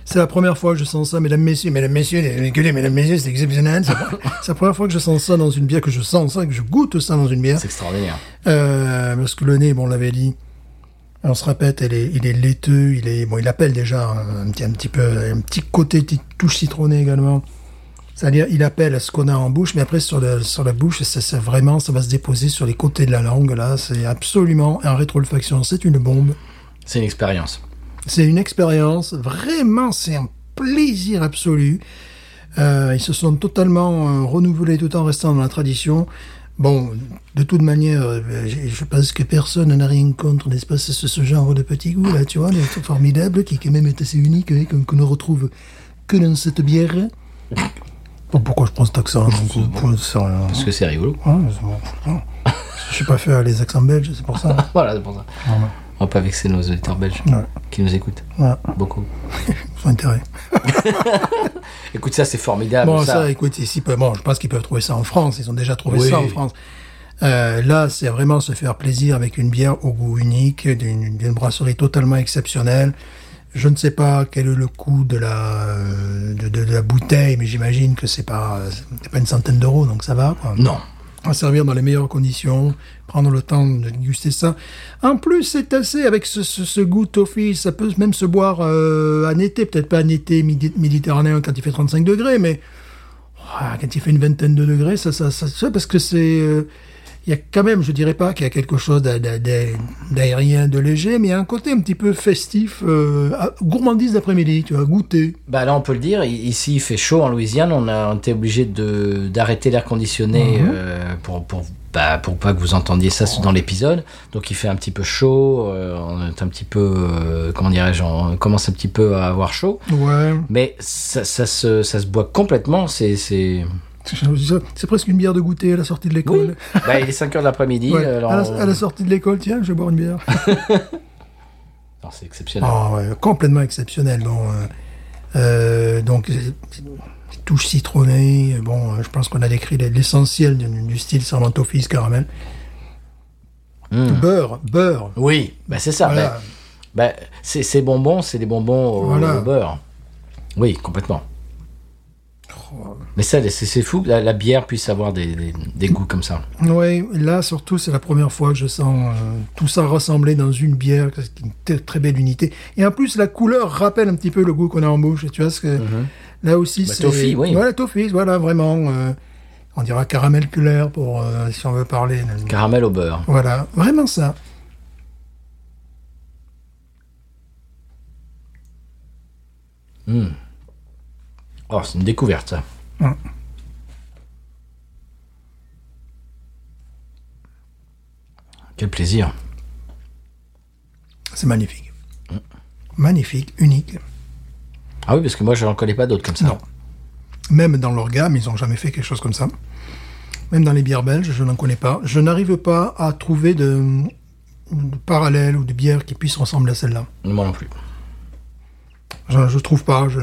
Speaker 2: C'est la première fois que je sens ça, mesdames, messieurs, mesdames, messieurs, les- les gueulés, mesdames, messieurs, c'est exceptionnel. C'est la- c'est la première fois que je sens ça dans une bière, que je sens ça, que je goûte ça dans une bière.
Speaker 1: C'est extraordinaire.
Speaker 2: Euh, parce que le nez, bon, on l'avait dit, on se répète, il est, il est laiteux, il est, bon, il appelle déjà un petit, un petit peu, un petit côté, petite touche citronnée également. C'est-à-dire, il appelle à ce qu'on a en bouche, mais après, sur, le, sur la bouche, ça, ça, vraiment, ça va se déposer sur les côtés de la langue, là. C'est absolument, en rétroolfaction, c'est une bombe.
Speaker 1: C'est une expérience.
Speaker 2: C'est une expérience, vraiment, c'est un plaisir absolu. Euh, ils se sont totalement euh, renouvelés tout en restant dans la tradition. Bon, de toute manière, euh, je je pense que personne n'a rien contre, n'est-ce pas, ce, ce- ce genre de petits goûts, là, tu vois, des trucs formidables, qui quand même est assez unique, hein, qu'on qu'on ne retrouve que dans cette bière. Bon, pourquoi je prends cet accent
Speaker 1: Parce que c'est rigolo.
Speaker 2: Ah, Je suis pas fait à les accents belges, c'est pour ça. hein,
Speaker 1: Voilà, c'est pour ça.
Speaker 2: Voilà.
Speaker 1: On va pas vexer nos auditeurs belges
Speaker 2: Ouais.
Speaker 1: qui nous écoutent
Speaker 2: Voilà,
Speaker 1: beaucoup.
Speaker 2: sans intérêt.
Speaker 1: Écoute, ça, c'est formidable.
Speaker 2: bon, ça,
Speaker 1: ça.
Speaker 2: écoute, ici, peu- bon, je pense qu'ils peuvent trouver ça en France. Ils ont déjà trouvé
Speaker 1: Oui.
Speaker 2: ça en France. Euh, là, c'est vraiment se faire plaisir avec une bière au goût unique, d'une d'une brasserie totalement exceptionnelle. Je ne sais pas quel est le coût de la euh, de, de- de la bouteille, mais j'imagine que c'est pas euh, c'est pas une centaine d'euros, donc ça va. Quoi
Speaker 1: Non.
Speaker 2: à servir dans les meilleures conditions, prendre le temps de déguster ça. En plus, c'est assez avec ce, ce- ce goût toffee, ça peut même se boire euh, en été, peut-être pas en été midi- méditerranéen quand il fait 35 degrés, mais ouah, quand il fait une vingtaine de degrés, ça, ça, ça, ça, parce que c'est... euh, il y a quand même, je dirais pas qu'il y a quelque chose d'a- d'a- d'a- d'aérien, de léger, mais il y a un côté un petit peu festif, euh, à- gourmandise d'après-midi, tu vois, goûter.
Speaker 1: Bah là, on peut le dire. i- Ici, il fait chaud en Louisiane. On a on était obligé de d'arrêter l'air conditionné euh, pour pour bah, pour pas que vous entendiez ça dans l'épisode. Donc, il fait un petit peu chaud. euh, on est un petit peu euh, comment dirais-je On commence un petit peu à avoir chaud.
Speaker 2: Ouais.
Speaker 1: Mais ça, ça se ça se boit complètement. C'est c'est
Speaker 2: C'est presque une bière de goûter à la sortie de l'école.
Speaker 1: bah, il est 5 heures de l'après-midi.
Speaker 2: Ouais,
Speaker 1: alors
Speaker 2: à,
Speaker 1: on-
Speaker 2: la, à la sortie de l'école, tiens, je vais boire une bière.
Speaker 1: Non, c'est exceptionnel.
Speaker 2: Ah ouais, complètement exceptionnel. Bon, euh, euh, donc, euh, touche citronnée. Bon, euh, je pense qu'on a décrit l'essentiel du, du style Sarmento Fizz caramel.
Speaker 1: Mm.
Speaker 2: Beurre, beurre.
Speaker 1: Oui, bah c'est ça.
Speaker 2: Voilà.
Speaker 1: bah- bah, c'est ces bonbons, c'est des bonbons au,
Speaker 2: Voilà.
Speaker 1: au beurre. Oui, complètement.
Speaker 2: Oh.
Speaker 1: Mais ça, c'est c'est fou que la, la bière puisse avoir des, des- des goûts comme ça.
Speaker 2: Ouais, là surtout, c'est la première fois que je sens euh, tout ça rassemblé dans une bière, que c'est une t- très belle unité. Et en plus, la couleur rappelle un petit peu le goût qu'on a en bouche. Tu vois ce que là aussi,
Speaker 1: Bah,
Speaker 2: c'est
Speaker 1: toffee, oui.
Speaker 2: voilà toffee, voilà vraiment. euh, on dira caramel clair pour euh, si on veut parler. d'un-
Speaker 1: Caramel au beurre.
Speaker 2: Voilà, vraiment ça.
Speaker 1: Oh, c'est une découverte, ça.
Speaker 2: Mm.
Speaker 1: Quel plaisir.
Speaker 2: C'est magnifique.
Speaker 1: Mm.
Speaker 2: Magnifique, unique.
Speaker 1: Ah oui, parce que moi, je n'en connais pas d'autres comme ça.
Speaker 2: Non. Même dans leur gamme, ils n'ont jamais fait quelque chose comme ça. Même dans les bières belges, je n'en connais pas. Je n'arrive pas à trouver de, de parallèle ou de bière qui puisse ressembler à celle-là.
Speaker 1: Moi non plus.
Speaker 2: Je, je trouve pas. Je...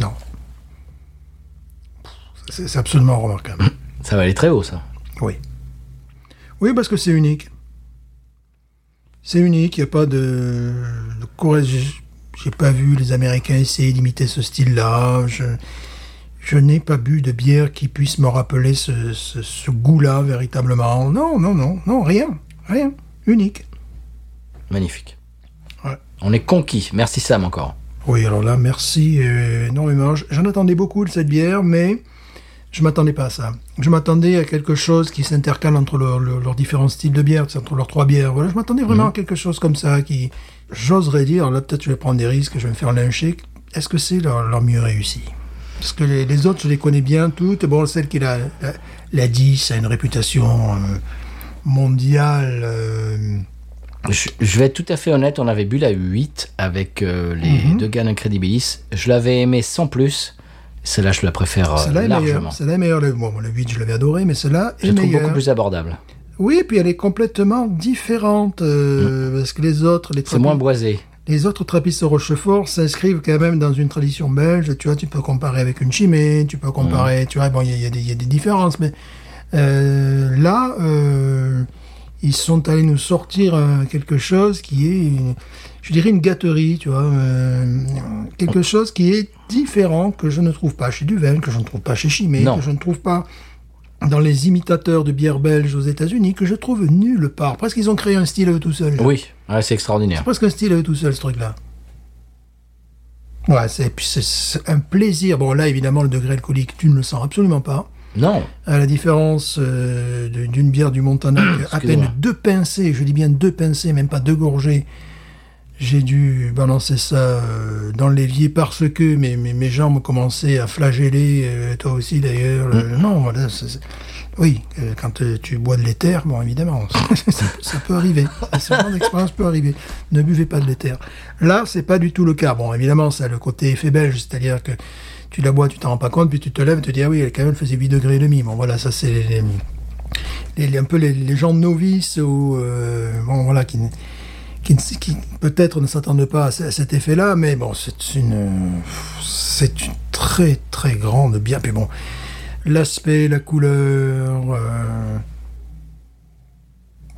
Speaker 2: Non. C'est c'est absolument remarquable.
Speaker 1: Ça va aller très haut, ça.
Speaker 2: Oui. Oui, parce que c'est unique. C'est unique, il n'y a pas de... de corré- j- J'ai pas vu les Américains essayer d'imiter ce style-là. Je, je n'ai pas bu de bière qui puisse me rappeler ce, ce- ce goût-là véritablement. Non, non, non, non, rien. Rien. Unique.
Speaker 1: Magnifique.
Speaker 2: Ouais.
Speaker 1: On est conquis. Merci, Sam, encore.
Speaker 2: Oui, alors là, merci euh, énormément. J- J'en attendais beaucoup de cette bière, mais je m'attendais pas à ça. Je m'attendais à quelque chose qui s'intercale entre leurs leurs- leurs différents styles de bière, c'est entre leurs trois bières. Voilà, je m'attendais
Speaker 1: Mhm.
Speaker 2: vraiment à quelque chose comme ça qui, j'oserais dire, là peut-être je vais prendre des risques, je vais me faire lyncher. Est-ce que c'est leur, leur mieux réussi Parce que les, les autres, je les connais bien toutes. Bon, celle qui l'a, la, la 10 a une réputation euh, mondiale. euh,
Speaker 1: Je, je vais être tout à fait honnête, on avait bu la 8 avec euh, les
Speaker 2: Mhm.
Speaker 1: deux gars d'Incredibilis. Je l'avais aimé sans plus. Celle-là, je la préfère euh,
Speaker 2: celle-là est
Speaker 1: largement.
Speaker 2: meilleure. Celle-là est meilleure. Le- Bon, la 8, je l'avais adorée, mais celle-là
Speaker 1: Je
Speaker 2: est
Speaker 1: la trouve
Speaker 2: meilleure.
Speaker 1: beaucoup plus abordable.
Speaker 2: Oui, et puis elle est complètement différente euh, parce que les autres, les,
Speaker 1: Mm. C'est
Speaker 2: trapi-
Speaker 1: moins boisé.
Speaker 2: les autres trapistes au Rochefort s'inscrivent quand même dans une tradition belge. Tu vois, tu peux comparer avec une chimée, tu peux comparer, tu vois, bon, il y a, il y a des- il y a des différences, mais euh, là, euh, ils sont allés nous sortir euh, quelque chose qui est, une- je dirais, une gâterie, tu vois, euh, quelque chose qui est différent que je ne trouve pas chez Duvel, que je ne trouve pas chez Chimay,
Speaker 1: Non.
Speaker 2: que je ne trouve pas dans les imitateurs de bière belge aux États-Unis, que je trouve nulle part. Presque ils ont créé un style à eux tout seuls. là.
Speaker 1: Oui, ouais, c'est extraordinaire.
Speaker 2: C'est presque un style à eux tout seul, ce truc-là. Ouais, c'est puis c'est- c'est un plaisir. Bon, là, évidemment, le degré alcoolique, tu ne le sens absolument pas.
Speaker 1: Non,
Speaker 2: À la différence euh, de- d'une bière du Montana, que à
Speaker 1: Excusez-moi.
Speaker 2: peine deux pincées, je dis bien deux pincées, même pas deux gorgées, j'ai dû balancer ça euh, dans l'évier parce que mes, mes, mes jambes commençaient à flageller, euh, toi aussi d'ailleurs. euh, non, voilà. c'est- c'est- Oui, euh, quand euh, tu bois de l'éther, bon, évidemment, ça, ça peut arriver. Ce genre d'expérience peut arriver. Ne buvez pas de l'éther. Là, c'est pas du tout le cas. Bon, évidemment, ça a le côté effet belge, c'est-à-dire que tu la bois, tu t'en rends pas compte, puis tu te lèves, tu te dis, ah oui, elle, quand même, elle faisait 8 degrés et demi. Bon, voilà, ça, c'est les- les- les- les- un peu les, les gens novices ou euh, bon voilà qui ne- qui, ne- qui peut-être ne s'attendent pas à, ce- à cet effet-là, mais bon, c'est une euh, c'est une très très grande bière. Puis bon, l'aspect, la couleur. euh,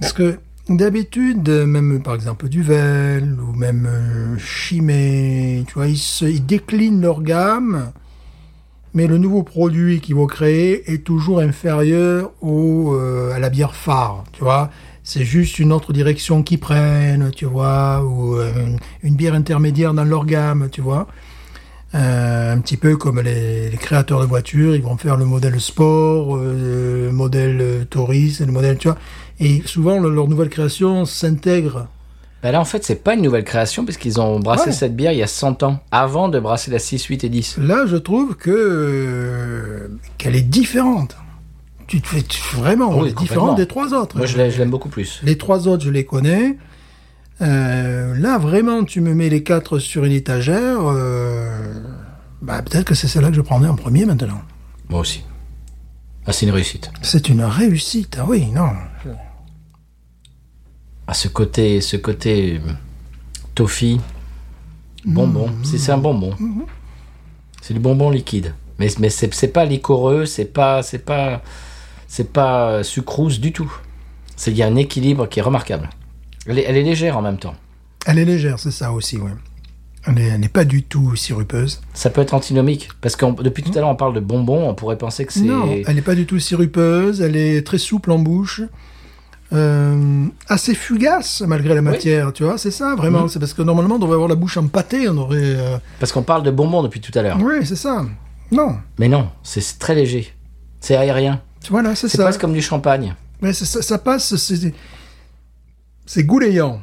Speaker 2: parce que d'habitude, euh, même par exemple Duvel ou même euh, Chimay, tu vois, ils, se- ils déclinent leur gamme mais le nouveau produit qu'ils vont créer est toujours inférieur au, euh, à la bière phare, tu vois. C'est juste une autre direction qu'ils prennent, tu vois, ou euh, une bière intermédiaire dans leur gamme, tu vois. Euh, un petit peu comme les, les créateurs de voitures, ils vont faire le modèle sport, euh, le modèle euh, touriste, le modèle, tu vois. Et souvent, le- leur nouvelle création s'intègre.
Speaker 1: Bah là, en fait, c'est pas une nouvelle création, puisqu'ils ont brassé
Speaker 2: Ouais.
Speaker 1: cette bière il y a 100 ans, avant de brasser la 6, 8 et 10.
Speaker 2: Là, je trouve que euh, qu'elle est différente. Tu te fais tu- vraiment,
Speaker 1: Oui,
Speaker 2: elle est différente
Speaker 1: complètement.
Speaker 2: des trois autres.
Speaker 1: Moi, je l'ai- je l'aime beaucoup plus.
Speaker 2: Les trois autres, je les connais. Euh, là, vraiment, tu me mets les quatre sur une étagère. euh, bah, peut-être que c'est celle-là que je prendrai en premier maintenant.
Speaker 1: Moi aussi. Ah, c'est une réussite.
Speaker 2: C'est une réussite. Ah oui, non.
Speaker 1: Ah, ce côté, ce côté euh, toffee, bonbon.
Speaker 2: Mm-hmm.
Speaker 1: C'est c'est un bonbon. C'est du bonbon liquide. Mais, mais c'est c'est pas liquoreux, c'est pas, c'est pas, c'est pas euh, sucrose du tout. C'est il y a un équilibre qui est remarquable. Elle est, elle est légère en même temps.
Speaker 2: Elle est légère, c'est ça aussi, ouais. Elle est- elle n'est pas du tout sirupeuse.
Speaker 1: Ça peut être antinomique parce que depuis tout à l'heure on parle de bonbon, on pourrait penser que c'est
Speaker 2: Mm-hmm. Non, elle n'est pas du tout sirupeuse. Elle est très souple en bouche. Euh, assez fugace malgré la matière, tu vois, c'est ça vraiment. C'est parce que normalement on devrait avoir la bouche empâtée, on aurait. euh,
Speaker 1: parce qu'on parle de bonbon depuis tout à l'heure.
Speaker 2: Oui, c'est ça. Non,
Speaker 1: Mais non, c'est c'est très léger. C'est aérien.
Speaker 2: voilà, c'est
Speaker 1: C'est
Speaker 2: ça.
Speaker 1: presque comme du champagne.
Speaker 2: Mais ça, ça- ça passe, c'est c'est goulayant.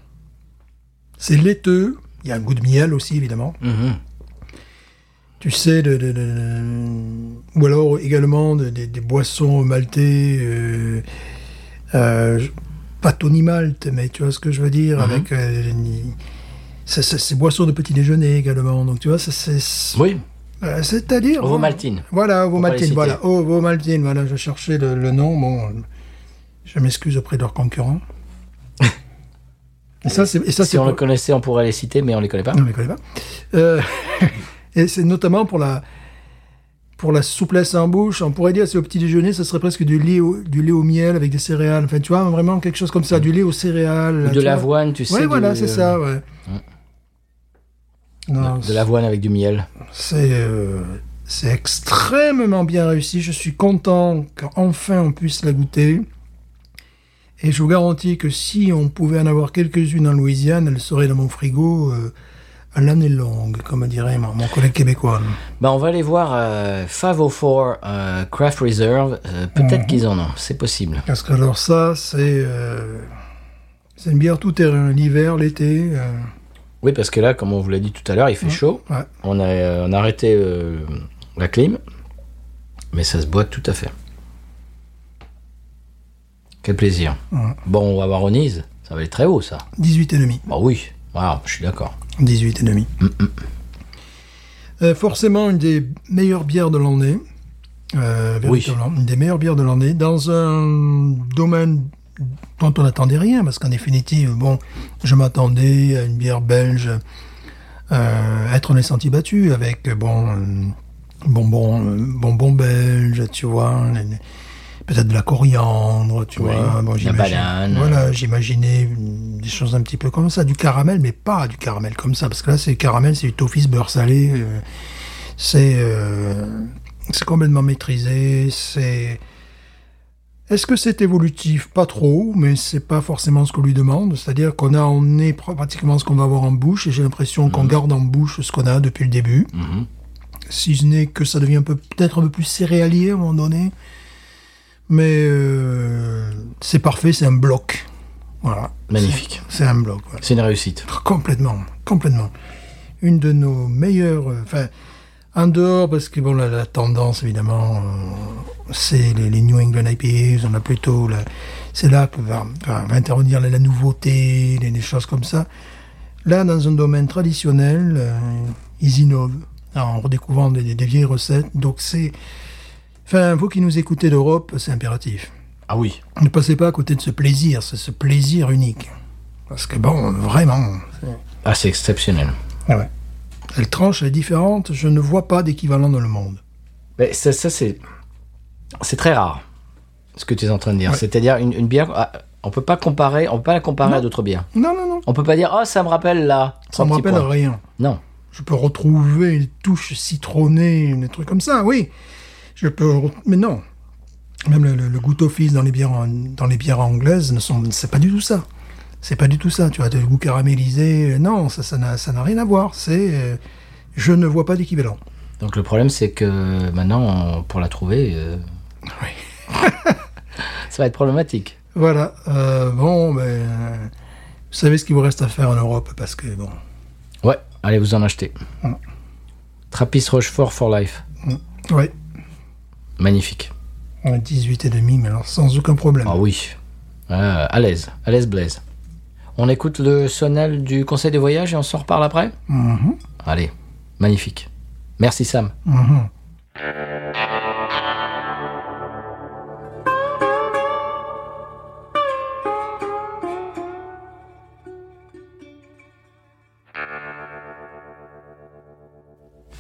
Speaker 2: C'est laiteux. Il y a un goût de miel aussi, évidemment.
Speaker 1: Mhm.
Speaker 2: Tu sais, de, de- de- de- ou alors également de- de- des boissons maltais, euh, euh, je- pas Tony Malt, mais tu vois ce que je veux dire,
Speaker 1: Mhm.
Speaker 2: avec euh, ni- ça- ça- ces boissons de petit déjeuner également. Donc tu vois, ça, c'est
Speaker 1: Oui.
Speaker 2: euh, c'est-à-dire.
Speaker 1: Vos maltines.
Speaker 2: Voilà, vos
Speaker 1: pas les
Speaker 2: maltines.
Speaker 1: citer.
Speaker 2: Voilà, oh, vos maltines. Voilà, je cherchais le, le nom. Bon, je m'excuse auprès de leurs concurrents. et ça, c'est et ça,
Speaker 1: Si
Speaker 2: c'est
Speaker 1: on le
Speaker 2: pour-
Speaker 1: connaissait, on pourrait les citer, mais on les connaît pas.
Speaker 2: Ah non, on les connaît pas. Euh, et c'est notamment pour la pour la souplesse en bouche. On pourrait dire c'est au petit déjeuner, ce serait presque du lait au, du lait au miel avec des céréales. Enfin, tu vois, vraiment quelque chose comme ça, du lait aux céréales.
Speaker 1: Ou
Speaker 2: tu
Speaker 1: de
Speaker 2: vois.
Speaker 1: l'avoine, tu sais.
Speaker 2: Ouais,
Speaker 1: du- euh,
Speaker 2: voilà, c'est ça. Ouais. Non,
Speaker 1: De l'avoine avec du miel.
Speaker 2: c'est euh, c'est extrêmement bien réussi. Je suis content qu'enfin on puisse la goûter. Et je vous garantis que si on pouvait en avoir quelques-unes en Louisiane, elles seraient dans mon frigo euh, à l'année longue, comme dirait mon, mon collègue québécois.
Speaker 1: Bah, on va aller voir euh, 504 euh, Craft Reserve. Euh, Peut-être qu'ils en ont, c'est possible.
Speaker 2: Parce que alors ça, c'est euh, c'est une bière tout terrain, l'hiver, l'été. euh,
Speaker 1: Oui, parce que là, comme on vous l'a dit tout à l'heure, il fait chaud.
Speaker 2: ouais.
Speaker 1: On a, euh, on a arrêté euh, la clim. Mais ça se boit tout à fait. Quel plaisir.
Speaker 2: Ouais.
Speaker 1: Bon, on va voir Onise. Ça va être très haut, ça.
Speaker 2: 18 et demi.
Speaker 1: Bah oui. Waouh, je suis d'accord.
Speaker 2: 18 et demi. Euh, forcément une des meilleures bières de l'année. Euh,
Speaker 1: Oui.
Speaker 2: véritablement, Une des meilleures bières de l'année dans un domaine dont on n'attendait rien parce qu'en définitive, bon, je m'attendais à une bière belge euh, être on est senti battu avec euh, bon euh, bonbon euh, bonbon belge, tu vois. les- les- peut-être de la coriandre, tu
Speaker 1: Oui,
Speaker 2: vois.
Speaker 1: la
Speaker 2: j'imagine-
Speaker 1: banane.
Speaker 2: Voilà, j'imaginais mm, des choses un petit peu comme ça, du caramel, mais pas du caramel comme ça, parce que là, c'est caramel, c'est du tofu beurre salé, euh, c'est euh, c'est complètement maîtrisé, c'est est-ce que c'est évolutif Pas trop, mais c'est pas forcément ce qu'on lui demande. C'est-à-dire qu'on a en nez pr- pratiquement ce qu'on va avoir en bouche, et j'ai l'impression qu'on garde en bouche ce qu'on a depuis le début. Si ce n'est que ça devient un peu- peut-être un peu plus céréalier à un moment donné. Mais euh, c'est parfait, c'est un bloc. Voilà.
Speaker 1: Magnifique.
Speaker 2: C'est c'est un bloc, voilà.
Speaker 1: C'est une réussite.
Speaker 2: Complètement, complètement. Une de nos meilleures. euh, Enfin, en dehors, parce que bon, la, la tendance, évidemment, euh, c'est les, les New England IPAs, on a plutôt. la- C'est là que va, va- va intervenir la, la nouveauté, les, les choses comme ça. Là, dans un domaine traditionnel, euh, ils innovent en redécouvrant des, des- des vieilles recettes. Donc, c'est. Enfin, vous qui nous écoutez d'Europe, c'est impératif
Speaker 1: Ah oui.
Speaker 2: ne passez pas à côté de ce plaisir, c'est ce plaisir unique. Parce que bon, vraiment,
Speaker 1: Ah, c'est exceptionnel.
Speaker 2: ah ouais. elle tranche, elle est différente, je ne vois pas d'équivalent dans le monde.
Speaker 1: Mais ça, ça, c'est. C'est très rare, ce que tu es en train de dire. C'est-à-dire, une, une bière. ah, On peut pas comparer, on peut pas la comparer à d'autres bières.
Speaker 2: Non, non, non,
Speaker 1: On peut pas dire, oh, ça me rappelle là.
Speaker 2: ça me rappelle rien.
Speaker 1: Non.
Speaker 2: Je peux retrouver une touche citronnée, des trucs comme ça, oui. Je peux, re- mais non. Même le, le- le goût office dans les bières, en- dans les bières anglaises, ne sont, c'est pas du tout ça. C'est pas du tout ça. Tu vois, le goût caramélisé, euh, non, ça, ça n'a, ça n'a rien à voir. C'est, euh, je ne vois pas d'équivalent.
Speaker 1: Donc le problème, c'est que maintenant, on- pour la trouver, euh,
Speaker 2: Oui.
Speaker 1: ça va être problématique.
Speaker 2: Voilà. euh, bon, ben, euh, vous savez ce qu'il vous reste à faire en Europe parce que bon,
Speaker 1: Ouais, allez vous en acheter.
Speaker 2: Mm.
Speaker 1: Trappist Rochefort for Life.
Speaker 2: ouais,
Speaker 1: Magnifique.
Speaker 2: on est 18 Euh, et demi, mais alors sans aucun problème.
Speaker 1: Ah oui. Ah, à l'aise. À l'aise, Blaise. On écoute le sonal du conseil des voyages et on s'en reparle après
Speaker 2: Mhm,
Speaker 1: Allez. Magnifique. Merci, Sam.
Speaker 2: mhm.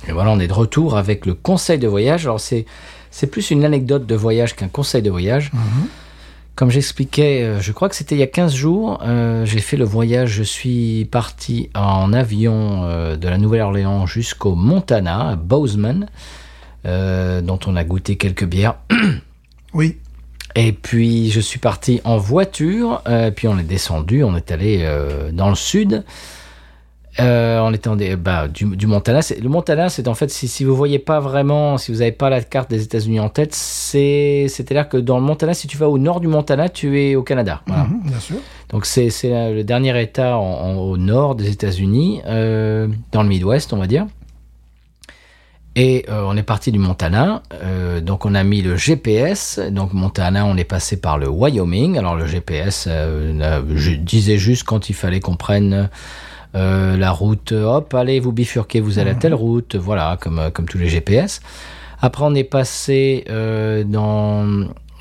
Speaker 1: Et voilà, on est de retour avec le conseil de voyage. Alors, c'est, c'est plus une anecdote de voyage qu'un conseil de voyage. Comme j'expliquais, euh, je crois que c'était il y a 15 jours, euh, j'ai fait le voyage. Je suis parti en avion euh, de la Nouvelle-Orléans jusqu'au Montana, à Bozeman, euh, dont on a goûté quelques bières.
Speaker 2: Oui.
Speaker 1: Et puis je suis parti en voiture, euh, puis on est descendu, on est allé euh, dans le sud. Euh, on était en dé- bah, du, du Montana. C'est- Le Montana, c'est en fait, si, si vous voyez pas vraiment, si vous n'avez pas la carte des États-Unis en tête, c'est c'est-à-dire que dans le Montana, si tu vas au nord du Montana, tu es au Canada. Voilà.
Speaker 2: mhm, bien sûr.
Speaker 1: Donc c'est c'est, euh, le dernier État en- en- au nord des États-Unis, euh, dans le Midwest, on va dire. Et euh, on est parti du Montana, euh, donc on a mis le GPS. Donc Montana, on est passé par le Wyoming. Alors le GPS euh, euh, je disais juste quand il fallait qu'on prenne euh, la route. Hop, allez, vous bifurquez, vous allez à telle route. Voilà, comme euh, comme tous les GPS. Après, on est passé euh, dans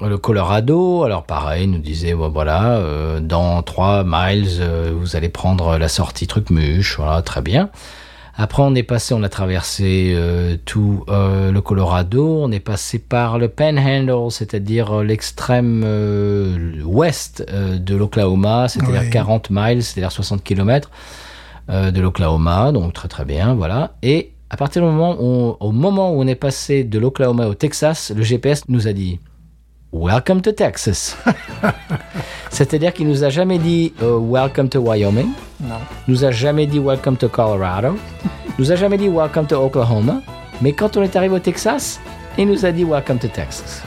Speaker 1: le Colorado. Alors, pareil, il nous disait, bon, voilà, euh, dans 3 miles, euh, vous allez prendre la sortie Trucmuche. Voilà, très bien. Après, on est passé, on a traversé euh, tout euh, le Colorado. On est passé par le Panhandle, c'est-à-dire euh, l'extrême euh, ouest euh, de l'Oklahoma, c'est-à-dire
Speaker 2: Oui.
Speaker 1: 40 miles, c'est-à-dire 60 kilomètres euh, de l'Oklahoma, donc très très bien, voilà. Et à partir du moment où, au moment où on est passé de l'Oklahoma au Texas, le GPS nous a dit Welcome to Texas. C'est-à-dire qu'il nous a jamais dit euh, Welcome to Wyoming,
Speaker 2: Non.
Speaker 1: nous a jamais dit Welcome to Colorado, nous a jamais dit Welcome to Oklahoma, mais quand on est arrivé au Texas, il nous a dit Welcome to Texas.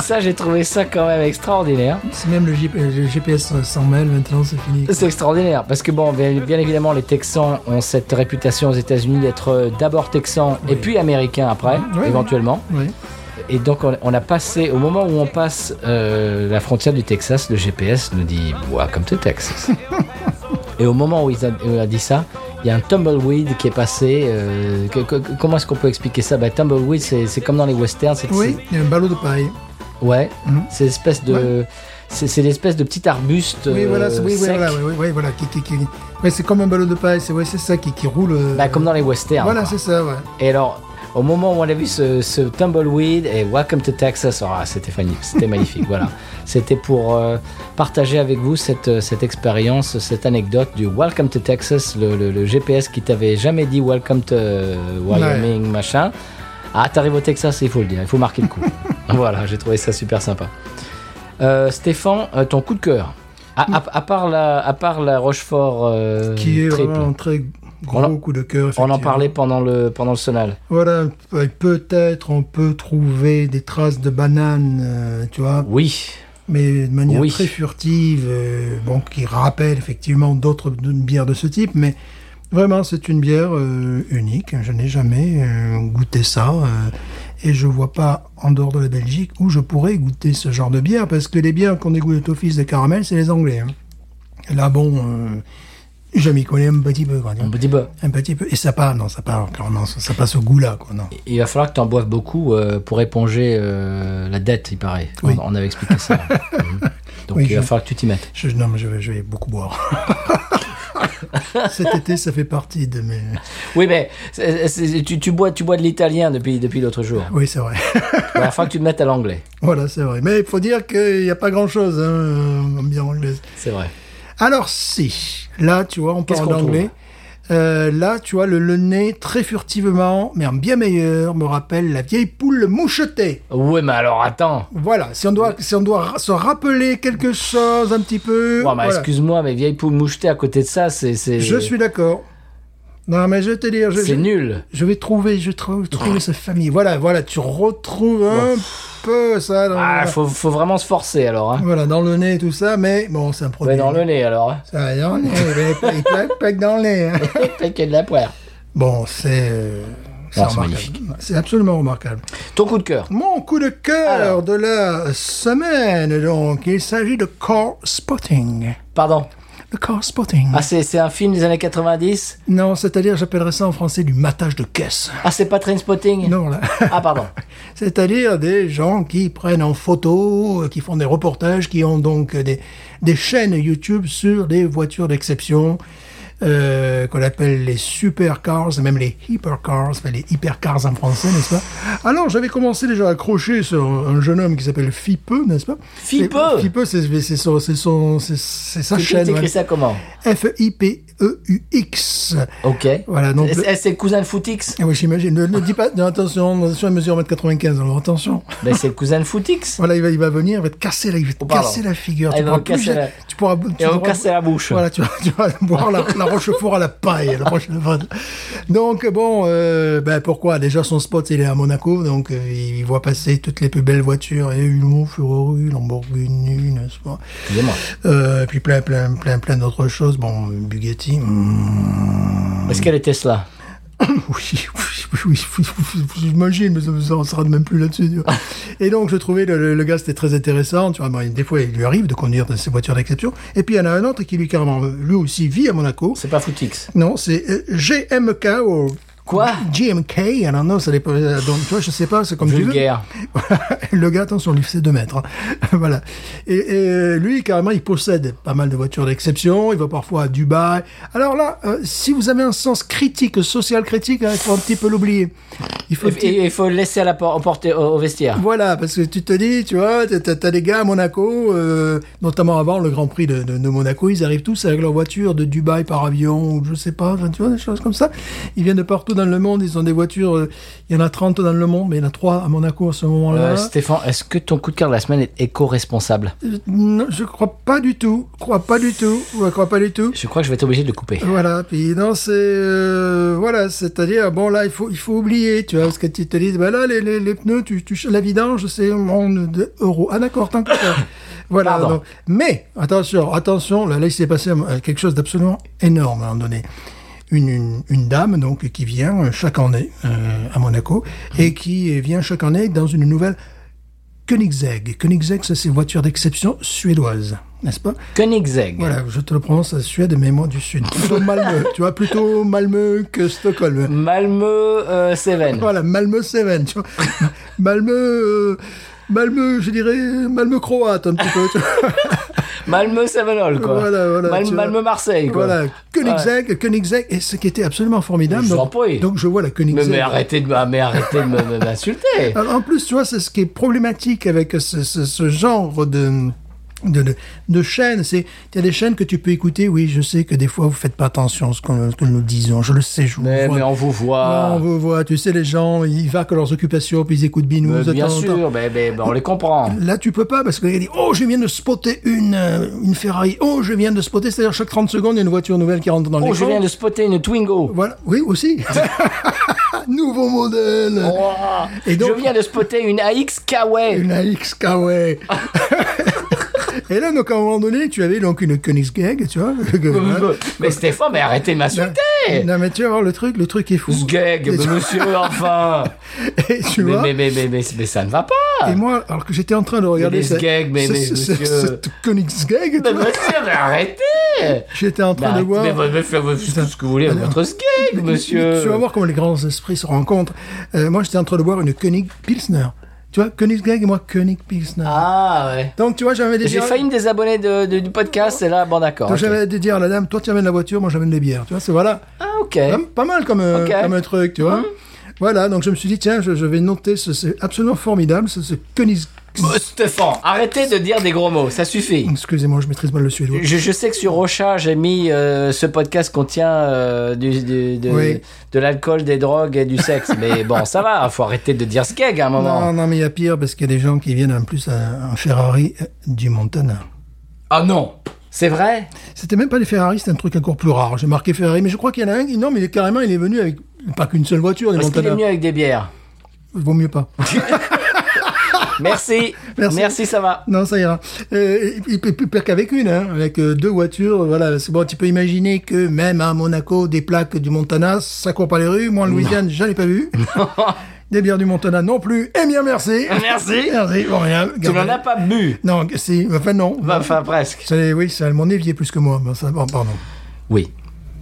Speaker 1: ça, j'ai trouvé ça quand même extraordinaire.
Speaker 2: C'est même le, J- le GPS sans mail, maintenant c'est fini.
Speaker 1: C'est extraordinaire parce que bon, bien, bien évidemment, les Texans ont cette réputation aux États-Unis d'être euh, d'abord Texans et puis Américains après,
Speaker 2: oui.
Speaker 1: éventuellement.
Speaker 2: Oui.
Speaker 1: Et donc, on, on a passé au moment où on passe euh, la frontière du Texas, le GPS nous dit Welcome to Texas. et au moment où il a, où il a dit ça, il y a un tumbleweed qui est passé. euh, que- que- comment est-ce qu'on peut expliquer ça bah, Tumbleweed, c'est c'est comme dans les westerns. c'est-
Speaker 2: Oui, il y a un ballot de paille.
Speaker 1: c'est- Ouais.
Speaker 2: Mhm.
Speaker 1: C'est l'espèce de. C'est c'est l'espèce de petit arbuste.
Speaker 2: Oui, voilà,
Speaker 1: euh,
Speaker 2: c'est- oui, oui,
Speaker 1: sec.
Speaker 2: voilà, oui, oui, oui, voilà, qui, qui, qui- ouais, c'est comme un ballot de paille, c'est ouais, c'est ça qui, qui roule. euh,
Speaker 1: Bah, Ben, comme dans les westerns.
Speaker 2: Voilà,
Speaker 1: quoi.
Speaker 2: c'est ça, ouais.
Speaker 1: Et alors, Au moment où on a vu ce, ce Tumbleweed et Welcome to Texas, ah, c'était fani- c'était magnifique. voilà. C'était pour euh, partager avec vous cette, euh, cette expérience, cette anecdote du Welcome to Texas, le, le- le GPS qui t'avait jamais dit Welcome to euh, Wyoming, machin. Ah, t'arrives au Texas, il faut le dire, il faut marquer le coup. voilà, j'ai trouvé ça super sympa. Euh, Stéphane, euh, ton coup de cœur à, à- à part la, à part la Rochefort euh,
Speaker 2: qui est
Speaker 1: triple.
Speaker 2: vraiment un très gros
Speaker 1: On en-
Speaker 2: coup de cœur.
Speaker 1: On en
Speaker 2: effectivement.
Speaker 1: parlait pendant le, pendant le sonal.
Speaker 2: Voilà, pe- peut-être on peut trouver des traces de bananes, euh, tu vois,
Speaker 1: Oui,
Speaker 2: mais de manière
Speaker 1: Oui.
Speaker 2: très furtive, euh, bon, qui rappelle effectivement d'autres d- bières de ce type, mais vraiment c'est une bière euh, unique. Je n'ai jamais euh, goûté ça. euh, et je vois pas en dehors de la Belgique où je pourrais goûter ce genre de bière, parce que les bières qu'on dégoûte au fils de caramel, c'est les Anglais. hein. Et Là, bon, euh, je m'y connais un petit peu. Quoi, tu vois.
Speaker 1: on me dit bah,
Speaker 2: Un petit peu. Et ça part, non, ça part, clairement, ça, ça passe au goût-là, quoi, non.
Speaker 1: il va falloir que tu en boives beaucoup euh, pour éponger euh, la dette, il paraît. On-
Speaker 2: Oui.
Speaker 1: On, avait expliqué ça. Mhm. Donc
Speaker 2: Oui,
Speaker 1: il va
Speaker 2: je-
Speaker 1: falloir que tu t'y mettes.
Speaker 2: Je, non, mais je, vais- je vais beaucoup boire. Cet été, ça fait partie de mes.
Speaker 1: Oui, mais c'est- c'est- tu, tu bois, tu bois de l'italien depuis, depuis l'autre jour.
Speaker 2: Oui, c'est vrai.
Speaker 1: Il va falloir que tu te mettes à l'anglais.
Speaker 2: voilà, c'est vrai. Mais il faut dire qu'il n'y a pas grand-chose, hein, en bière anglaise.
Speaker 1: C'est vrai.
Speaker 2: Alors, si. Là, tu vois, on
Speaker 1: Qu'est-ce
Speaker 2: parle
Speaker 1: qu'on
Speaker 2: d'anglais. Euh, là, tu vois, le, le nez, très furtivement, mais en bien meilleur, me rappelle la vieille poule mouchetée.
Speaker 1: Oui, mais alors attends.
Speaker 2: Voilà, si on doit, si on doit ra- se rappeler quelque chose un petit peu.
Speaker 1: Bon, bah,
Speaker 2: Euh, voilà.
Speaker 1: Excuse-moi, mais vieille poule mouchetée à côté de ça, c'est. c'est-
Speaker 2: Je suis d'accord. Non, mais je vais te dire, je,
Speaker 1: C'est
Speaker 2: je,
Speaker 1: nul.
Speaker 2: je vais trouver, je trouve, trouver cette famille. Voilà, voilà, tu retrouves un peu ça dans,
Speaker 1: Ah,
Speaker 2: voilà.
Speaker 1: faut, faut vraiment se forcer alors. Hein.
Speaker 2: Voilà, dans le nez et tout ça, mais bon, c'est un produit.
Speaker 1: Ouais, dans le nez alors. Hein.
Speaker 2: Ça, dans le nez, il plaque- il plaque- plaque dans le nez. hein.
Speaker 1: T'inquiète de la poire.
Speaker 2: Bon, c'est. euh, c'est
Speaker 1: c'est
Speaker 2: remarquable.
Speaker 1: magnifique.
Speaker 2: C'est absolument remarquable.
Speaker 1: Ton coup de cœur.
Speaker 2: Mon coup de cœur
Speaker 1: Alors.
Speaker 2: de la semaine, donc, il s'agit de Core Spotting.
Speaker 1: Pardon.
Speaker 2: Le Core Spotting.
Speaker 1: Ah, c'est c'est un film des années 90
Speaker 2: Non, c'est-à-dire, j'appellerais ça en français du matage de caisse.
Speaker 1: Ah, c'est pas Trainspotting
Speaker 2: Non, là.
Speaker 1: Ah, pardon.
Speaker 2: C'est-à-dire des gens qui prennent en photo, euh, qui font des reportages, qui ont donc des, des chaînes YouTube sur des voitures d'exception, euh, qu'on appelle les supercars, même les hypercars, enfin les hypercars en français, n'est-ce pas Alors j'avais commencé déjà à accrocher sur un jeune homme qui s'appelle Fipeux, n'est-ce pas
Speaker 1: Fipeux
Speaker 2: Et Fipeux, c'est c'est son, c'est son, c'est c'est sa
Speaker 1: Tu
Speaker 2: chaîne.
Speaker 1: t'écris
Speaker 2: ouais.
Speaker 1: ça comment
Speaker 2: F-I-P-E-U-X.
Speaker 1: Ok.
Speaker 2: Voilà, donc
Speaker 1: C'est-
Speaker 2: le-
Speaker 1: eh, c'est le cousin de Footix
Speaker 2: Ah Oui, j'imagine. Ne, ne dis pas, non, attention, attention, il mesure 1m95, alors attention.
Speaker 1: Mais Ben, c'est le cousin de Footix
Speaker 2: Voilà, il va, il va venir, il va te casser la, il va te
Speaker 1: Oh, pardon.
Speaker 2: casser la figure.
Speaker 1: Ah,
Speaker 2: tu,
Speaker 1: il va
Speaker 2: pourras
Speaker 1: me
Speaker 2: plus
Speaker 1: casser
Speaker 2: ja-
Speaker 1: la-
Speaker 2: tu pourras, tu
Speaker 1: Et on
Speaker 2: pourras-
Speaker 1: casse la bouche.
Speaker 2: Voilà, tu vas, tu vas boire la, la Rochefort à la paille la prochaine fois. Donc bon, euh, ben pourquoi Déjà son spot, il est à Monaco, donc euh, il voit passer toutes les plus belles voitures, et Hublot, Fururu, Lamborghini, n'est-ce pas
Speaker 1: Excusez-moi.
Speaker 2: euh, Puis plein, plein, plein, plein d'autres choses. Bon, Bugatti. hmm.
Speaker 1: Est-ce qu'elle est Tesla
Speaker 2: Oui, oui, oui, oui, oui, oui, j'imagine, mais ça ne sera même plus là-dessus. tu vois. Et donc, je trouvais le, le- le gars, c'était très intéressant. Tu vois, bon, des fois, il lui arrive de conduire dans ces voitures d'exception. Et puis, il y en a un autre qui, lui, carrément, lui aussi, vit à Monaco.
Speaker 1: C'est pas Footix.
Speaker 2: Non, c'est euh, GMK ou...
Speaker 1: Quoi
Speaker 2: GMK, alors non, ça dépend. euh, Donc, tu vois, je sais pas, c'est comme tu veux.
Speaker 1: Vulgaire.
Speaker 2: Voilà. Le gars, attention, lui, c'est 2 mètres. hein. voilà. Et, et, euh, lui, carrément, il possède pas mal de voitures d'exception. Il va parfois à Dubaï. Alors là, euh, si vous avez un sens critique, social critique, hein, il faut un petit peu l'oublier. Il faut un petit-
Speaker 1: Et il faut le laisser à la por- porter au, au vestiaire.
Speaker 2: Voilà, parce que tu te dis, tu vois, t'as- t'as t'as des gars à Monaco, euh, notamment avant le Grand Prix de, de- de Monaco, ils arrivent tous avec leur voiture de Dubaï par avion, ou je sais pas, enfin, tu vois, des choses comme ça. Ils viennent de partout dans le monde, ils ont des voitures, euh, il y en a 30 dans le monde, mais il y en a 3 à Monaco à ce moment-là.
Speaker 1: Euh, Stéphane, est-ce que ton coup de cœur de la semaine est éco-responsable
Speaker 2: Euh, Non, je crois pas du tout. Crois pas du tout. Ouais, crois pas du tout.
Speaker 1: Je crois que je vais être obligé de le couper.
Speaker 2: Voilà. Puis non, c'est euh, voilà, c'est-à-dire bon là, il faut il faut oublier, tu vois, parce que tu te dis bah là les, les, les pneus, tu tu la vidange, c'est mon de euros. Ah d'accord, tant que ça. Voilà.
Speaker 1: Pardon.
Speaker 2: donc. mais attention, attention, là, là il s'est passé euh, quelque chose d'absolument énorme à un moment donné. Une, une, une dame donc qui vient euh, chaque année euh, à Monaco et qui euh, vient chaque année dans une nouvelle Koenigsegg. Koenigsegg, ça c'est une voiture d'exception suédoise, n'est-ce pas
Speaker 1: Koenigsegg.
Speaker 2: Voilà, je te le prononce à Suède, mais moi du Sud. Plutôt Malmö, tu vois, plutôt Malmö que
Speaker 1: Mm.
Speaker 2: Stockholm.
Speaker 1: Malmö, euh, Seven.
Speaker 2: Voilà, Malmö Seven, tu vois. Malmö, euh, Malmö, je dirais, Malmö croate un petit peu. tu vois.
Speaker 1: Malmö Sevenol, quoi.
Speaker 2: Voilà, voilà,
Speaker 1: Mal-
Speaker 2: tu vois.
Speaker 1: Malmö Marseille, quoi.
Speaker 2: Voilà, Koenigsegg, Koenigsegg, et ce qui était absolument formidable.
Speaker 1: Je vous en
Speaker 2: donc,
Speaker 1: prie.
Speaker 2: donc je vois la
Speaker 1: Mais,
Speaker 2: Koenigsegg.
Speaker 1: mais arrêtez de m'a- mais arrêtez de me- me- m'insulter.
Speaker 2: Alors, en plus, tu vois, c'est ce qui est problématique avec ce, ce- ce genre de de, de, de chaînes, c'est il y a des chaînes que tu peux écouter. Oui, je sais que des fois vous faites pas attention à ce qu'on- ce que nous disons. Je le sais, je vous
Speaker 1: mais,
Speaker 2: vois.
Speaker 1: mais on vous voit.
Speaker 2: On vous voit, tu sais, les gens, ils vaquent à leurs occupations, puis ils écoutent Binous.
Speaker 1: Mais
Speaker 2: de
Speaker 1: Euh, bien
Speaker 2: temps en temps.
Speaker 1: sûr, mais, mais- mais on les comprend.
Speaker 2: Là, tu peux pas parce que dit oh, je viens de spotter une euh, une Ferrari. Oh, je viens de spotter. C'est-à-dire chaque 30 secondes, il y a une voiture nouvelle qui rentre dans
Speaker 1: Oh,
Speaker 2: les
Speaker 1: je viens de spotter une Twingo.
Speaker 2: Voilà, oui aussi. Nouveau modèle.
Speaker 1: Ouah.
Speaker 2: Et donc-
Speaker 1: je viens de spotter une AX Kawaii.
Speaker 2: Une AX Kawaii. Et là, donc, à un moment donné, tu avais donc une Koenigsegg, tu vois.
Speaker 1: Mais Stéphane, mais arrêtez de m'insulter.
Speaker 2: non, mais tu vas voir le truc, le truc est fou.
Speaker 1: Sgeg,
Speaker 2: Et tu-
Speaker 1: monsieur, enfin.
Speaker 2: Et tu
Speaker 1: Mais,
Speaker 2: vois.
Speaker 1: mais, mais, mais, mais, mais ça ne va pas.
Speaker 2: Et moi, alors que j'étais en train de regarder
Speaker 1: les
Speaker 2: cette-
Speaker 1: Sgeg, mais-
Speaker 2: ce-
Speaker 1: mais
Speaker 2: ce- ce-
Speaker 1: monsieur-
Speaker 2: cette Koenigsegg, tu
Speaker 1: Mais
Speaker 2: vois,
Speaker 1: monsieur, mais arrêtez.
Speaker 2: j'étais en
Speaker 1: Mais
Speaker 2: train de
Speaker 1: arrêtez,
Speaker 2: voir.
Speaker 1: Bah, mais, mais- mais- mais- faites ce que vous voulez, votre Sgeg, monsieur.
Speaker 2: Tu vas voir comment les grands esprits se rencontrent. Euh, moi, j'étais en train de voir une Koenig Pilsner. Tu vois, Koenigsegg et moi, Koenig Pilsner.
Speaker 1: Ah, ouais.
Speaker 2: Donc, tu vois, j'avais des
Speaker 1: J'ai failli me désabonner de- de- du podcast, et là, bon, d'accord.
Speaker 2: Donc,
Speaker 1: ok.
Speaker 2: j'avais à dire à la dame, toi, tu amènes la voiture, moi, j'amène les bières. Tu vois, c'est voilà.
Speaker 1: Ah, ok.
Speaker 2: Pas- Pas mal comme, euh,
Speaker 1: Ok.
Speaker 2: comme un truc, tu vois. Voilà, donc je me suis dit, tiens, je, je vais noter, ce- c'est absolument formidable, ce, ce Koenigs-
Speaker 1: Bon, Oh, Stéphane, arrêtez de dire des gros mots, ça suffit.
Speaker 2: Excusez-moi, je maîtrise mal le suédois.
Speaker 1: Je, je sais que sur Rocha, j'ai mis euh, ce podcast contient euh, du, du- de,
Speaker 2: Oui.
Speaker 1: de l'alcool, des drogues et du sexe. Mais bon, ça va, faut arrêter de dire ce gag à un moment.
Speaker 2: Non, non, mais il y a pire parce qu'il y a des gens qui viennent en plus en en Ferrari euh, du Montana.
Speaker 1: Ah non, c'est vrai
Speaker 2: C'était même pas des Ferrari, c'était un truc encore plus rare. J'ai marqué Ferrari, mais je crois qu'il y en a un. qui- Non, mais il est- carrément, il est venu avec pas qu'une seule voiture, les
Speaker 1: Parce qu'il est
Speaker 2: Montana.
Speaker 1: venu avec des bières.
Speaker 2: Vaut mieux pas.
Speaker 1: Merci, merci,
Speaker 2: Merci.
Speaker 1: ça va.
Speaker 2: non, ça ira. Euh, il peut plus pire qu'avec une, hein, avec euh, deux voitures. Voilà, c'est bon. Tu peux imaginer que même à Monaco, des plaques du Montana, ça court pas les rues. Moi, en Louisiane, j'en ai pas vu. des bières du Montana non plus. Eh bien, merci.
Speaker 1: Merci.
Speaker 2: Merci. Bon, rien.
Speaker 1: Tu n'en as pas bu
Speaker 2: Non, si. Enfin, non.
Speaker 1: Enfin, presque.
Speaker 2: C'est- oui, c'est mon évier plus que moi. Bon, ça- bon, pardon.
Speaker 1: Oui.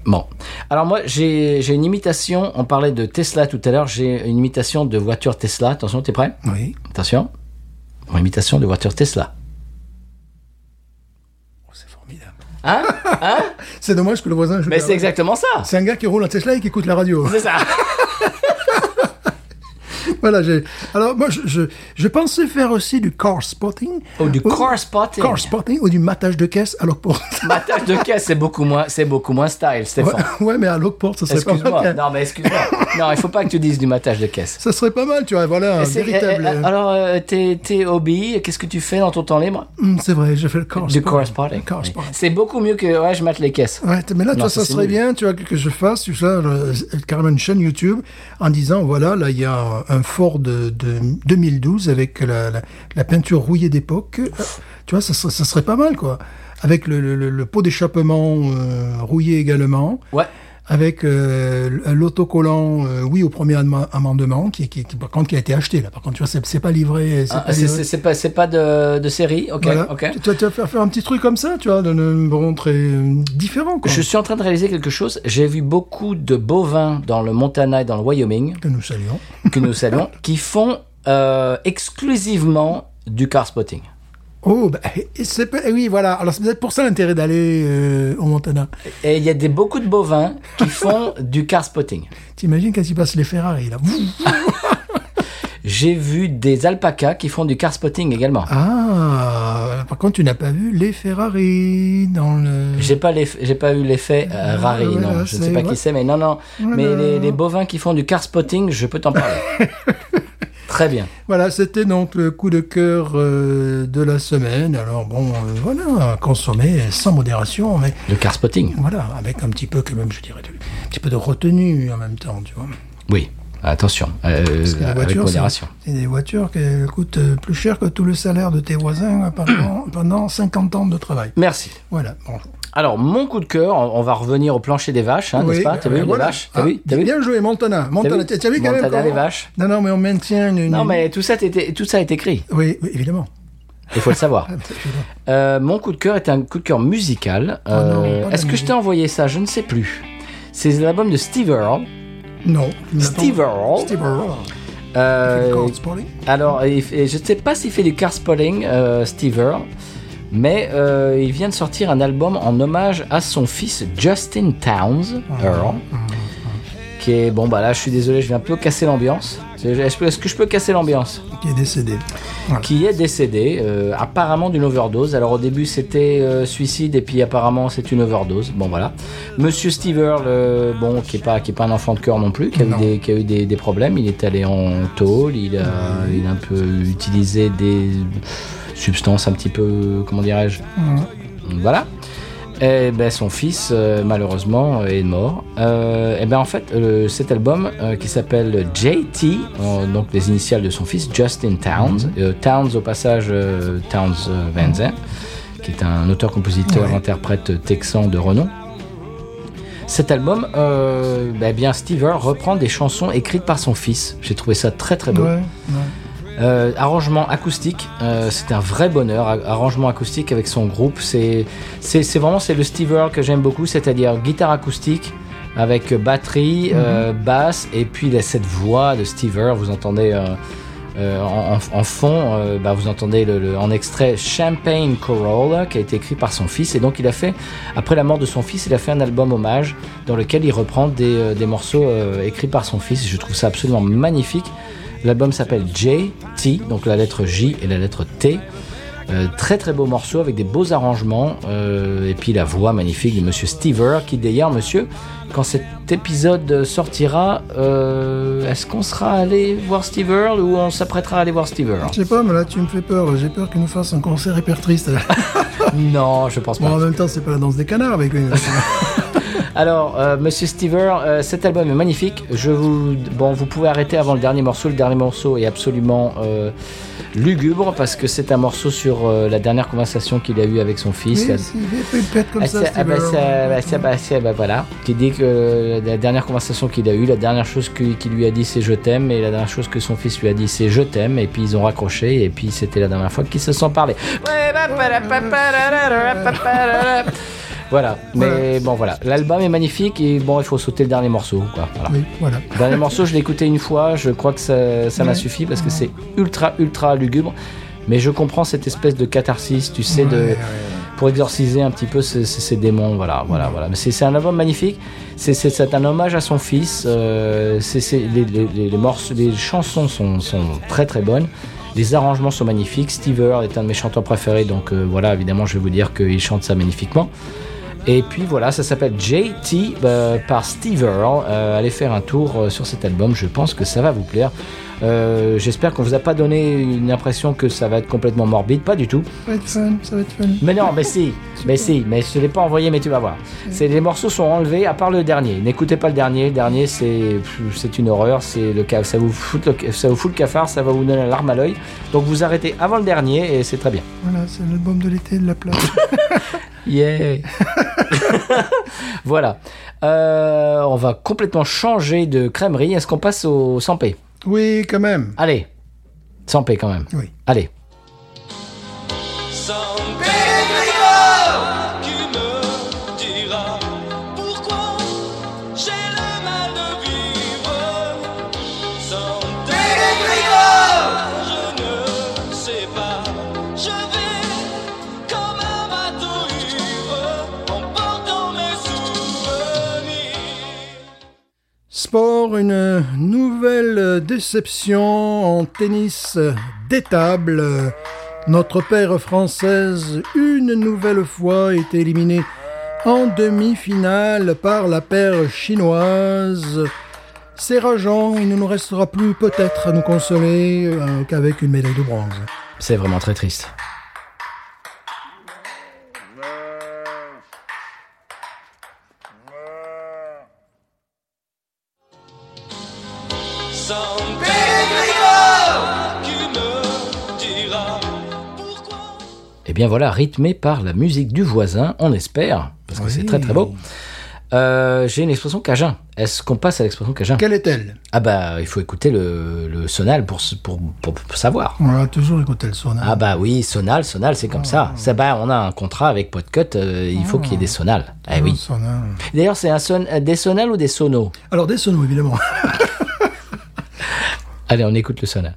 Speaker 1: Bon. Alors moi, j'ai j'ai une imitation, on parlait de Tesla tout à l'heure, j'ai une imitation de voiture Tesla. Attention, t'es prêt
Speaker 2: Oui.
Speaker 1: Attention. Une imitation de voiture Tesla.
Speaker 2: Bah Oh, C'est formidable.
Speaker 1: Hein Hein
Speaker 2: C'est dommage que le voisin. joue
Speaker 1: Mais
Speaker 2: la-
Speaker 1: c'est exactement ça.
Speaker 2: C'est un gars qui roule en Tesla et qui écoute la radio.
Speaker 1: C'est ça.
Speaker 2: voilà, j'ai. Alors, moi, je, je, je pensais faire aussi du car spotting.
Speaker 1: Oh, du
Speaker 2: Ou-
Speaker 1: car spotting.
Speaker 2: Car spotting ou du matage de caisse à Lockport.
Speaker 1: Ma tâche de caisse, c'est beaucoup moins, c'est beaucoup moins style,
Speaker 2: ouais,
Speaker 1: Stéphane.
Speaker 2: ouais, mais à Lockport, ça serait pas
Speaker 1: Excuse-moi.
Speaker 2: mal.
Speaker 1: Non, mais excuse-moi. Non, il faut pas que tu dises du matage de caisse.
Speaker 2: Ça serait pas mal, tu vois. Voilà, un
Speaker 1: C'est-
Speaker 2: véritable.
Speaker 1: eh, eh, alors, euh, t'es, t'es hobby, qu'est-ce que tu fais dans ton temps libre
Speaker 2: Hum, c'est vrai, je fais le car
Speaker 1: Du
Speaker 2: spotting.
Speaker 1: car spotting.
Speaker 2: Car
Speaker 1: Oui.
Speaker 2: spotting.
Speaker 1: C'est beaucoup mieux que ouais, je mate les caisses.
Speaker 2: Ouais, mais là, tu
Speaker 1: Non,
Speaker 2: vois,
Speaker 1: ça,
Speaker 2: ça,
Speaker 1: c'est
Speaker 2: serait
Speaker 1: nul.
Speaker 2: bien, tu vois, que, que je fasse, tu sais, euh, carrément une chaîne YouTube en disant, voilà, là, il y a un Ford de, de 2012 avec la, la, la peinture rouillée d'époque. Euh, Tu vois, ça, serait- ça serait pas mal, quoi. Avec le, le- le- le pot d'échappement euh, rouillé également.
Speaker 1: Ouais.
Speaker 2: Avec euh, l'autocollant euh, oui au premier am- amendement qui, qui, qui, par contre qui a été acheté là par contre tu vois c'est c'est pas livré c'est
Speaker 1: Ah,
Speaker 2: pas
Speaker 1: c'est,
Speaker 2: livré.
Speaker 1: c'est- c'est pas, c'est pas de, de série. Ok,
Speaker 2: Voilà.
Speaker 1: ok.
Speaker 2: tu, tu vas faire, faire un petit truc comme ça tu vois de, de- bon très euh, différent quoi
Speaker 1: Je suis en train de réaliser quelque chose. J'ai vu beaucoup de bovins dans le Montana et dans le Wyoming
Speaker 2: que nous saluons
Speaker 1: que nous saluons, qui font euh, exclusivement du car spotting.
Speaker 2: Oh, bah, et c'est pas- eh oui, voilà. Alors, c'est peut-être pour ça l'intérêt d'aller euh, au Montana.
Speaker 1: Et il y a des, beaucoup de bovins qui font du car spotting.
Speaker 2: T'imagines quand ils passent les Ferrari, là. Ouh.
Speaker 1: J'ai vu des alpacas qui font du car spotting également.
Speaker 2: Ah, par contre, tu n'as pas vu les Ferrari dans le...
Speaker 1: J'ai pas l'eff- j'ai pas eu l'effet euh, rari,
Speaker 2: Ah, voilà,
Speaker 1: non. Je ne sais
Speaker 2: c'est- Oh
Speaker 1: pas qui
Speaker 2: ouais.
Speaker 1: c'est, mais non, non. Mais
Speaker 2: Voilà.
Speaker 1: les, les bovins qui font du car spotting, je peux t'en parler. Très bien.
Speaker 2: Voilà, c'était donc le coup de cœur euh, de la semaine. Alors, bon, euh, voilà, consommer sans modération, mais
Speaker 1: Le car spotting,
Speaker 2: voilà, avec un petit peu, quand même, je dirais, de- un petit peu de retenue en même temps, tu vois.
Speaker 1: oui. Attention, euh,
Speaker 2: Parce que la
Speaker 1: avec
Speaker 2: voiture, c'est-
Speaker 1: modération.
Speaker 2: C'est des voitures qui euh, coûtent euh, plus cher que tout le salaire de tes voisins euh, pendant, pendant 50 ans de travail.
Speaker 1: Merci.
Speaker 2: Voilà, bon.
Speaker 1: Alors, mon coup de cœur, on on va revenir au plancher des vaches, hein, n'est-ce
Speaker 2: Oui,
Speaker 1: pas T'as
Speaker 2: euh,
Speaker 1: vu, les
Speaker 2: voilà.
Speaker 1: vaches T'as
Speaker 2: Ah,
Speaker 1: vu T'as vu
Speaker 2: Bien joué, Montana.
Speaker 1: T'as
Speaker 2: Montana,
Speaker 1: vu
Speaker 2: t'as t'as vu quand même
Speaker 1: Montana,
Speaker 2: comment-
Speaker 1: les vaches.
Speaker 2: Non, non, mais on maintient une...
Speaker 1: Non,
Speaker 2: une-
Speaker 1: mais tout ça, t'était- tout ça est écrit.
Speaker 2: Oui, oui, évidemment. Ah,
Speaker 1: Il faut le savoir. Euh, mon coup de cœur est un coup de cœur musical.
Speaker 2: Oh non,
Speaker 1: Euh,
Speaker 2: pas de
Speaker 1: Est-ce que je t'ai
Speaker 2: musique.
Speaker 1: envoyé ça Je ne sais plus. C'est l'album de Steve Earle.
Speaker 2: Non. il m'attend.
Speaker 1: Steve Earle.
Speaker 2: Steve Earle.
Speaker 1: Euh,
Speaker 2: Record Sporting.
Speaker 1: alors, il fait- je ne sais pas s'il fait du car spotting, euh, Steve Earle. mais euh, il vient de sortir un album en hommage à son fils Justin Towns
Speaker 2: Ah,
Speaker 1: Earl. Qui est, bon bah là je suis désolé, je viens un peu casser l'ambiance. Est-ce que- est-ce que je peux casser l'ambiance
Speaker 2: qui est décédé. Voilà.
Speaker 1: qui est décédé euh, apparemment d'une overdose. Alors au début c'était euh, suicide et puis apparemment c'est une overdose. Bon voilà. Monsieur Steve Earle, euh, bon qui est pas qui est pas un enfant de cœur non plus, qui a
Speaker 2: Non.
Speaker 1: eu des qui a eu des, des problèmes. Il est allé en tôle, il a il a un peu utilisé des substances un petit peu comment dirais-je. Voilà. Et ben son fils euh, malheureusement est mort. Euh, et ben en fait euh, cet album euh, qui s'appelle JT, euh, donc les initiales de son fils Justin Towns,
Speaker 2: Mhm.
Speaker 1: euh, Towns au passage euh, Towns euh, Van Zandt, qui est un auteur-compositeur
Speaker 2: Ouais.
Speaker 1: interprète texan de renom. Cet album, euh, ben bien Steve Earle reprend des chansons écrites par son fils. J'ai trouvé ça très très beau.
Speaker 2: Ouais, ouais.
Speaker 1: Euh, arrangement acoustique, euh, c'est un vrai bonheur. a- Arrangement acoustique avec son groupe, c'est c'est c'est vraiment c'est le Steve Earle que j'aime beaucoup, c'est-à-dire guitare acoustique avec batterie, euh, basse et puis là, cette voix de Steve Earle, vous entendez. euh, euh, en, en- en fond, euh, bah, vous entendez le, le- en extrait Champagne Corolla qui a été écrit par son fils. Et donc, il a fait, après la mort de son fils, il a fait un album hommage dans lequel il reprend des, euh, des morceaux euh, écrits par son fils. Je trouve ça absolument magnifique. L'album s'appelle JT, donc la lettre J et la lettre T. Euh, très très beau morceau avec des beaux arrangements euh, et puis la voix magnifique de Monsieur Stever qui d'ailleurs Monsieur quand cet épisode sortira euh, est-ce qu'on sera allé voir Steve Earle ou on s'apprêtera à aller voir Steve Earle
Speaker 2: Je sais pas, mais là tu me fais peur. J'ai peur qu'il nous fasse un concert hyper triste.
Speaker 1: Non je pense
Speaker 2: Bon,
Speaker 1: pas.
Speaker 2: en même temps, c'est pas la danse des canards avec
Speaker 1: Ah,
Speaker 2: lui.
Speaker 1: Alors, euh, Monsieur Stever, euh, cet album est magnifique. Je vous, bon, vous pouvez arrêter avant le dernier morceau. Le dernier morceau est absolument euh, lugubre parce que c'est un morceau sur euh, la dernière conversation qu'il a eue avec son
Speaker 2: Oui,
Speaker 1: fils.
Speaker 2: c'est-
Speaker 1: La-
Speaker 2: Il peut être comme
Speaker 1: Ah,
Speaker 2: ça.
Speaker 1: c'est- ah, bah, c'est- bah, c'est- bah, c'est- bah, voilà. Qui dit que la dernière conversation qu'il a eue, la dernière chose que- qu'il lui a dit, c'est je t'aime, et la dernière chose que son fils lui a dit, c'est je t'aime, et puis ils ont raccroché, et puis c'était la dernière fois qu'ils se sont parlé. bah, Voilà, mais bon voilà, l'album est magnifique et bon il faut sauter le dernier morceau quoi. Voilà.
Speaker 2: Oui, voilà.
Speaker 1: Le dernier morceau je l'ai écouté une fois, je crois que ça ça m'a suffi parce que c'est ultra ultra lugubre, mais je comprends cette espèce de catharsis, tu sais, de,
Speaker 2: Ouais, ouais.
Speaker 1: pour exorciser un petit peu ces, ces- ces démons. Voilà, voilà, voilà. Mais c'est c'est un album magnifique. C'est- C'est c'est un hommage à son fils. Euh, c'est- c'est- les, les- les- les morceaux, les chansons sont, sont très très bonnes. Les arrangements sont magnifiques. Steve Earle est un de mes chanteurs préférés, donc euh, voilà, évidemment, je vais vous dire qu'il chante ça magnifiquement. Et puis voilà, ça s'appelle JT euh, par Steve Earle. Euh, allez faire un tour euh, sur cet album, je pense que ça va vous plaire. Euh, J'espère qu'on vous a pas donné une impression que ça va être complètement morbide, pas du tout.
Speaker 2: Ça va être fun, ça va être fun.
Speaker 1: Mais non, mais si, mais si, mais je te l'ai pas envoyé, mais tu vas voir. C'est les morceaux sont enlevés à part le dernier. N'écoutez pas le dernier. Le dernier, c'est pff, c'est une horreur. C'est le ca- ça vous fout le, ça vous fout le cafard, ça va vous donner la larme à l'œil. Donc vous arrêtez avant le dernier et c'est très bien.
Speaker 2: Voilà, c'est l'album de l'été de la plage.
Speaker 1: Yeah. voilà. Euh, on va complètement changer de crèmerie. Est-ce qu'on passe au 100p
Speaker 2: oui, quand même.
Speaker 1: Allez, 100p quand même.
Speaker 2: Oui.
Speaker 1: Allez.
Speaker 4: Sans bégrillard, tu me diras pourquoi j'ai le mal de vivre. Sans bégrillard, je ne sais pas. Je vais comme un bateau ivre en portant mes souvenirs.
Speaker 2: Sport, une euh, nouvelle euh, déception en tennis euh, d'étable. Euh, Notre paire française, une nouvelle fois, est éliminée en demi-finale par la paire chinoise. C'est rageant, il ne nous restera plus peut-être à nous consoler euh, qu'avec une médaille de bronze.
Speaker 1: C'est vraiment très triste.
Speaker 4: Sans bégrillard, tu me diras pourquoi.
Speaker 1: Eh bien voilà, rythmé par la musique du voisin, on espère, parce que
Speaker 2: Oui.
Speaker 1: c'est très très beau. Euh, J'ai une expression cajun. Est-ce qu'on passe à l'expression cajun
Speaker 2: Quelle est-elle
Speaker 1: Ah bah, il faut écouter le, le sonal pour, se- pour, pour- pour savoir.
Speaker 2: On a toujours écouté le sonal.
Speaker 1: Ah bah oui, sonal, sonal, c'est comme ça. Ça bah, on a un contrat avec Podcut, euh, il faut qu'il y ait des sonales. Eh
Speaker 2: Le
Speaker 1: oui.
Speaker 2: sonal.
Speaker 1: D'ailleurs, c'est un son, euh, des sonales ou des sonos
Speaker 2: Alors des sonos, évidemment.
Speaker 1: Allez, on écoute le sonal.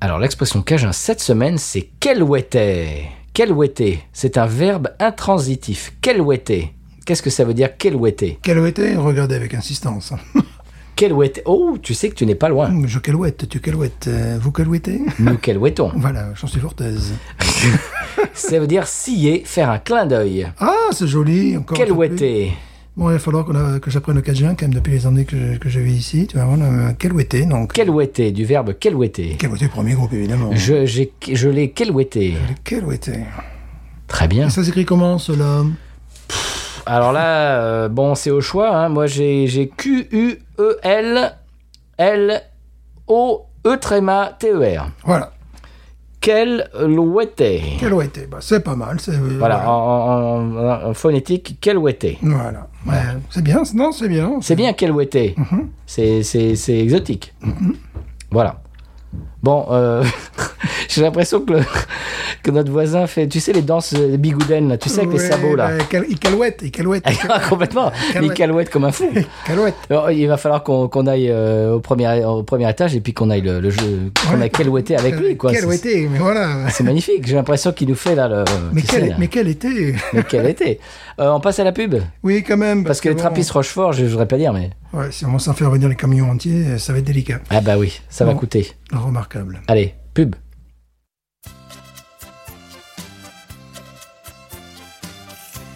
Speaker 1: Alors l'expression cajun cette semaine, c'est kelouetté. Kelouetté, c'est un verbe intransitif. Kelouetté. Qu'est-ce que ça veut dire kelouetté
Speaker 2: Calouette, regardez avec insistance.
Speaker 1: Kelouetté. Oh, tu sais que tu n'es pas loin.
Speaker 2: Je calouette, tu calouettes, euh, vous calouettez
Speaker 1: Nous kelouettons.
Speaker 2: Voilà, j'en suis fortaise.
Speaker 1: ça veut dire scier, faire un clin d'œil.
Speaker 2: Ah, c'est joli. Encore un peu
Speaker 1: Kelouetté.
Speaker 2: plus. Bon, il va falloir qu'on a- que j'apprenne le cajun quand même depuis les années que je, que je vis ici. Tu vas voir, euh, calouetté, donc.
Speaker 1: Kelouetté, du verbe kelouetté.
Speaker 2: Calouetté, premier groupe, évidemment.
Speaker 1: Je, j'ai- je l'ai kelouetté.
Speaker 2: Calouetté.
Speaker 1: Très bien.
Speaker 2: Et ça s'écrit comment, cela
Speaker 1: Alors là, euh, bon, c'est au choix. hein. Moi, j'ai j'ai Q-U-E-L-L-O-E-T-E-R.
Speaker 2: Voilà.
Speaker 1: Quel loueté
Speaker 2: Calouetté, bah, c'est pas mal. c'est-
Speaker 1: Voilà, en, en- en- en phonétique, quel loueté
Speaker 2: Voilà. Ouais, c'est bien, c'est- non, c'est bien.
Speaker 1: C'est bien quel loueté
Speaker 2: Mm-hmm.
Speaker 1: C'est- C'est c'est exotique. Voilà. Bon, euh, j'ai l'impression que, le- que notre voisin fait, tu sais, les danses euh, bigouden, là, tu sais, avec les
Speaker 2: Ouais,
Speaker 1: sabots, là.
Speaker 2: bah, cal- il calouette, il calouette. il
Speaker 1: Ah, Complètement, il
Speaker 2: Calouette.
Speaker 1: calouette comme un fou.
Speaker 2: calouette.
Speaker 1: Alors, il va falloir qu'on qu'on aille euh, au, premier, au premier étage et puis qu'on aille le, le jeu, qu'on
Speaker 2: Ouais.
Speaker 1: aille kelouetter avec lui. quoi.
Speaker 2: Quel
Speaker 1: C'est
Speaker 2: été, mais voilà.
Speaker 1: c'est hein. magnifique, j'ai l'impression qu'il nous fait là le.
Speaker 2: Mais
Speaker 1: tu
Speaker 2: quel,
Speaker 1: sais, là.
Speaker 2: mais quel été
Speaker 1: Mais quel été Euh, On passe à la pub
Speaker 2: Oui, quand même.
Speaker 1: Parce que les
Speaker 2: bon,
Speaker 1: Trappistes Rochefort, je ne voudrais pas dire, mais.
Speaker 2: ouais, si on va s'en faire venir les camions entiers, ça va être délicat.
Speaker 1: Ah bah oui, ça va
Speaker 2: Bon.
Speaker 1: coûter.
Speaker 2: Remarquable.
Speaker 1: Allez, pub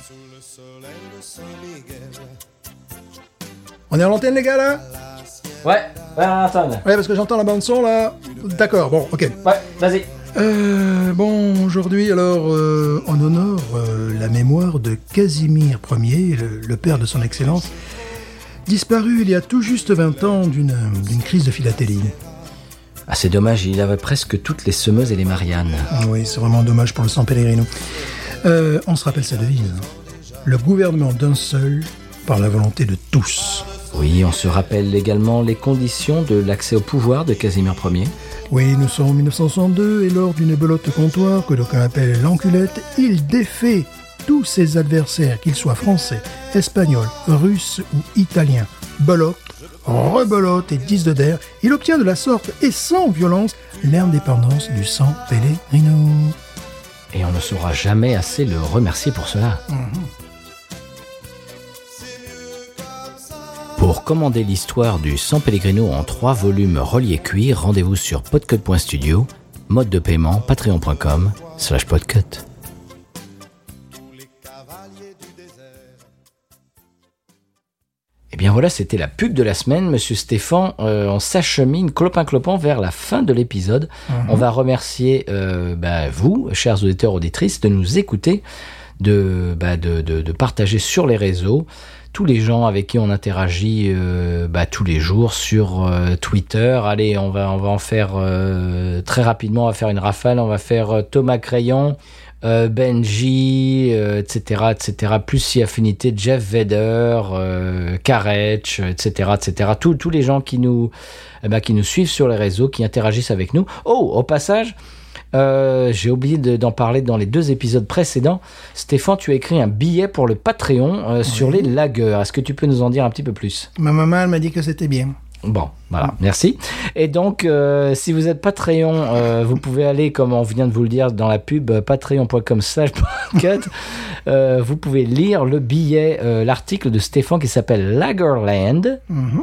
Speaker 4: Sous le soleil de Saint-Miguel,
Speaker 2: On est à l'antenne, les gars, là
Speaker 1: Ouais, ouais, attends.
Speaker 2: Ouais, parce que j'entends la bande-son, là. D'accord, bon, ok.
Speaker 1: Ouais, vas-y.
Speaker 2: Euh, bon, aujourd'hui, alors, euh, on honore euh, la mémoire de Casimir Ier, le, le père de son excellence, disparu il y a tout juste 20 ans d'une d'une crise de philatélie.
Speaker 1: Ah, c'est dommage, il avait presque toutes les semeuses et les Mariannes.
Speaker 2: Ah oui, c'est vraiment dommage pour le San Pellegrino. Euh, on se rappelle sa devise. Le gouvernement d'un seul par la volonté de tous.
Speaker 1: Oui, on se rappelle également les conditions de l'accès au pouvoir de Casimir Ier.
Speaker 2: Oui, nous sommes en 1962 et lors d'une belote de comptoir que d'aucuns appellent l'enculette, il défait tous ses adversaires, qu'ils soient français, espagnols, russes ou italiens. Belote, rebelote et 10 de der, il obtient de la sorte et sans violence l'indépendance du San Pellegrino.
Speaker 1: Et on ne saura jamais assez le remercier pour cela. Pour commander l'histoire du San Pellegrino en trois volumes reliés cuir, rendez-vous sur podcut.studio, mode de paiement patreon.com slash podcut.
Speaker 4: tous les cavaliers du désert.
Speaker 1: Eh bien voilà, c'était la pub de la semaine, monsieur Stéphane. Euh, on s'achemine clopin-clopin vers la fin de l'épisode. On va remercier euh, bah, vous, chers auditeurs, auditrices, de nous écouter, de, bah, de, de- de partager sur les réseaux tous les gens avec qui on interagit euh, bah, tous les jours sur euh, Twitter. Allez, on va, on va en faire euh, très rapidement, on va faire une rafale, on va faire euh, Thomas Crayon, euh, Benji, euh, etc., etc., plus si affinité, Jeff Vedder, euh, Karech, euh, etc., etc., tous tous les gens qui nous, eh ben, qui nous suivent sur les réseaux, qui interagissent avec nous. Oh, au passage, euh, j'ai oublié de- d'en parler dans les deux épisodes précédents. Stéphane, tu as écrit un billet pour le Patreon euh, sur les lagueurs. Est-ce que tu peux nous en dire un petit peu plus
Speaker 2: Ma maman elle m'a dit que c'était bien.
Speaker 1: Bon, voilà, merci. Et donc, euh, si vous êtes Patreon, euh, vous pouvez aller, comme on vient de vous le dire dans la pub, euh, patreon.com slash podcast. Euh, vous pouvez lire le billet, euh, l'article de Stéphane qui s'appelle Lagerland.
Speaker 2: Mhm.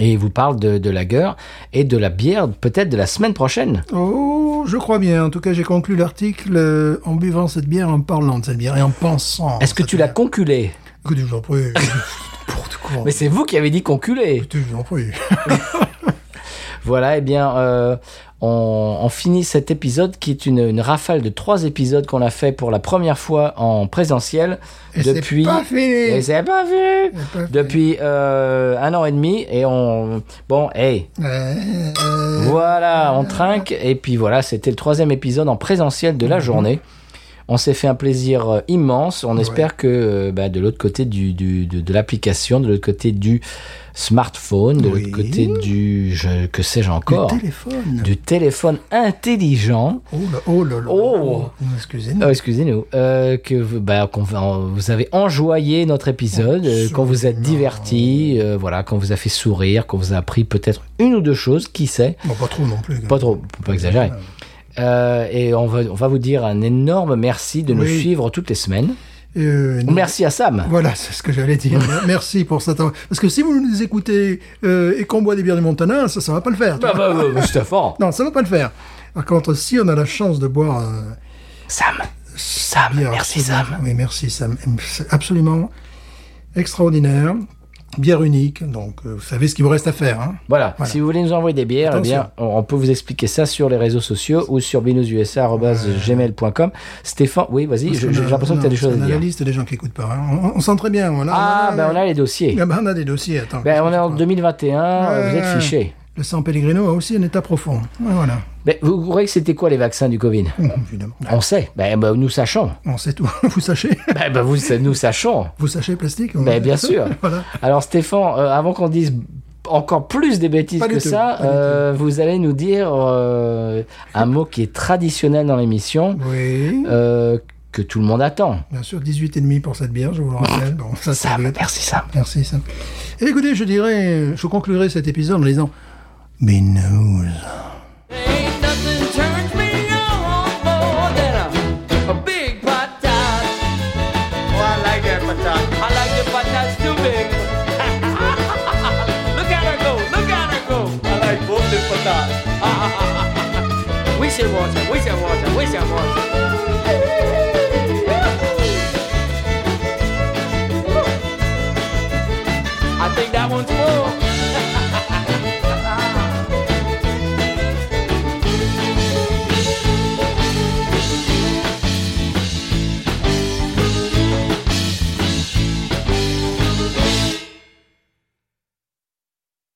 Speaker 1: Et il vous parle de, de la guerre et de la bière, peut-être de la semaine prochaine.
Speaker 2: Oh, je crois bien. En tout cas, j'ai conclu l'article euh, en buvant cette bière, en parlant de cette bière et en pensant.
Speaker 1: Est-ce que
Speaker 2: cette
Speaker 1: tu l'as
Speaker 2: bière.
Speaker 1: conculé
Speaker 2: Écoutez, je vous en prie. Pour tout court.
Speaker 1: Mais c'est vous qui avez dit conculé.
Speaker 2: Écoutez, je vous en prie.
Speaker 1: Voilà, eh bien, euh, on, on finit cet épisode qui est une, une rafale de trois épisodes qu'on a fait pour la première fois en présentiel
Speaker 2: Et c'est
Speaker 1: depuis.
Speaker 2: pas fini.
Speaker 1: Et c'est pas fini.
Speaker 2: C'est pas fini.
Speaker 1: Depuis euh, un an et demi et on bon hey
Speaker 2: Euh, euh,
Speaker 1: voilà on trinque et puis voilà c'était le troisième épisode en présentiel de la journée. On s'est fait un plaisir euh, immense. On
Speaker 2: Mhm. Ouais.
Speaker 1: espère que euh, bah, de l'autre côté du, du- de, de l'application, de l'autre côté du smartphone, de
Speaker 2: Oui.
Speaker 1: l'autre côté du je- que sais-je encore,
Speaker 2: Le téléphone.
Speaker 1: du téléphone intelligent.
Speaker 2: Oh là, oh là là.
Speaker 1: Oh.
Speaker 2: Oh, Excusez-nous.
Speaker 1: Oh, excusez-nous, euh, que vous, bah, qu'on va- on- vous avez enjoyé notre épisode, euh, qu'on vous a
Speaker 2: Absolument.
Speaker 1: diverti, euh, voilà, qu'on vous a fait sourire, qu'on vous a appris peut-être une ou deux choses, qui sait,
Speaker 2: Bon, pas trop non plus.
Speaker 1: pas trop, faut pas exagérer. Euh, et on va, on va vous dire un énorme merci de nous
Speaker 2: Oui.
Speaker 1: suivre toutes les semaines.
Speaker 2: Euh, non.
Speaker 1: Merci à Sam.
Speaker 2: Voilà, c'est ce que j'allais dire. Merci pour cette... Parce que si vous nous écoutez euh, et qu'on boit des bières du Montana, ça, ça va pas le faire.
Speaker 1: Bah, bah, bah, bah, Stéphane.
Speaker 2: Non, ça va pas le faire. Par contre, si on a la chance de boire... euh,
Speaker 1: Sam. Sam,
Speaker 2: Bière
Speaker 1: merci
Speaker 2: absolument-
Speaker 1: Sam.
Speaker 2: Oui, merci Sam. C'est absolument extraordinaire. Bière unique, donc euh, vous savez ce qu'il vous reste à faire. hein.
Speaker 1: Voilà.
Speaker 2: Voilà.
Speaker 1: si vous voulez nous envoyer des bières, eh bien,
Speaker 2: Attention.
Speaker 1: on, on peut vous expliquer ça sur les réseaux sociaux ou sur binoususa.gmail.com. Stéphane, oui, vas-y,
Speaker 2: Parce
Speaker 1: je-
Speaker 2: qu'on
Speaker 1: j'ai
Speaker 2: a-
Speaker 1: l'impression que tu as
Speaker 2: non,
Speaker 1: des choses à
Speaker 2: On a la
Speaker 1: dire.
Speaker 2: liste des gens qui écoutent pas. hein. On, on sent très bien. On a,
Speaker 1: Ah, ben on a les dossiers.
Speaker 2: Ah, ben, on a des dossiers. Attends,
Speaker 1: Ben, on est en
Speaker 2: Ouais.
Speaker 1: 2021, vous êtes fichés.
Speaker 2: Le San Pellegrino a aussi un état profond. Ouais, voilà.
Speaker 1: Ben, vous croyez que c'était quoi les vaccins du Covid
Speaker 2: Hum, Évidemment.
Speaker 1: On sait. Ben, ben, nous sachons.
Speaker 2: On sait tout. vous sachez
Speaker 1: Ben, ben, vous, nous sachons.
Speaker 2: Vous sachez plastique on-
Speaker 1: Ben, bien sûr.
Speaker 2: Voilà.
Speaker 1: Alors Stéphane, euh, avant qu'on dise encore plus des bêtises
Speaker 2: Pas
Speaker 1: que
Speaker 2: du tout,
Speaker 1: ça,
Speaker 2: pas du
Speaker 1: euh, vous allez nous dire euh, un mot qui est traditionnel dans l'émission,
Speaker 2: Oui.
Speaker 1: euh, que tout le monde attend.
Speaker 2: Bien sûr, 18,5 pour cette bière, je vous le rappelle. Bon, ça, ça
Speaker 1: Sam,
Speaker 2: doit être-
Speaker 1: Ah, merci Sam.
Speaker 2: Merci, Sam. Et écoutez, je dirais, je conclurai cet épisode en disant Binouze.
Speaker 5: Ain't nothing turns me on more than a, a big patat. Oh, I like that patat. I like the patats too big. look at her go, look at her go. I like both the patats. ah, we should watch it, we should watch it, we should watch it. I think that one's full.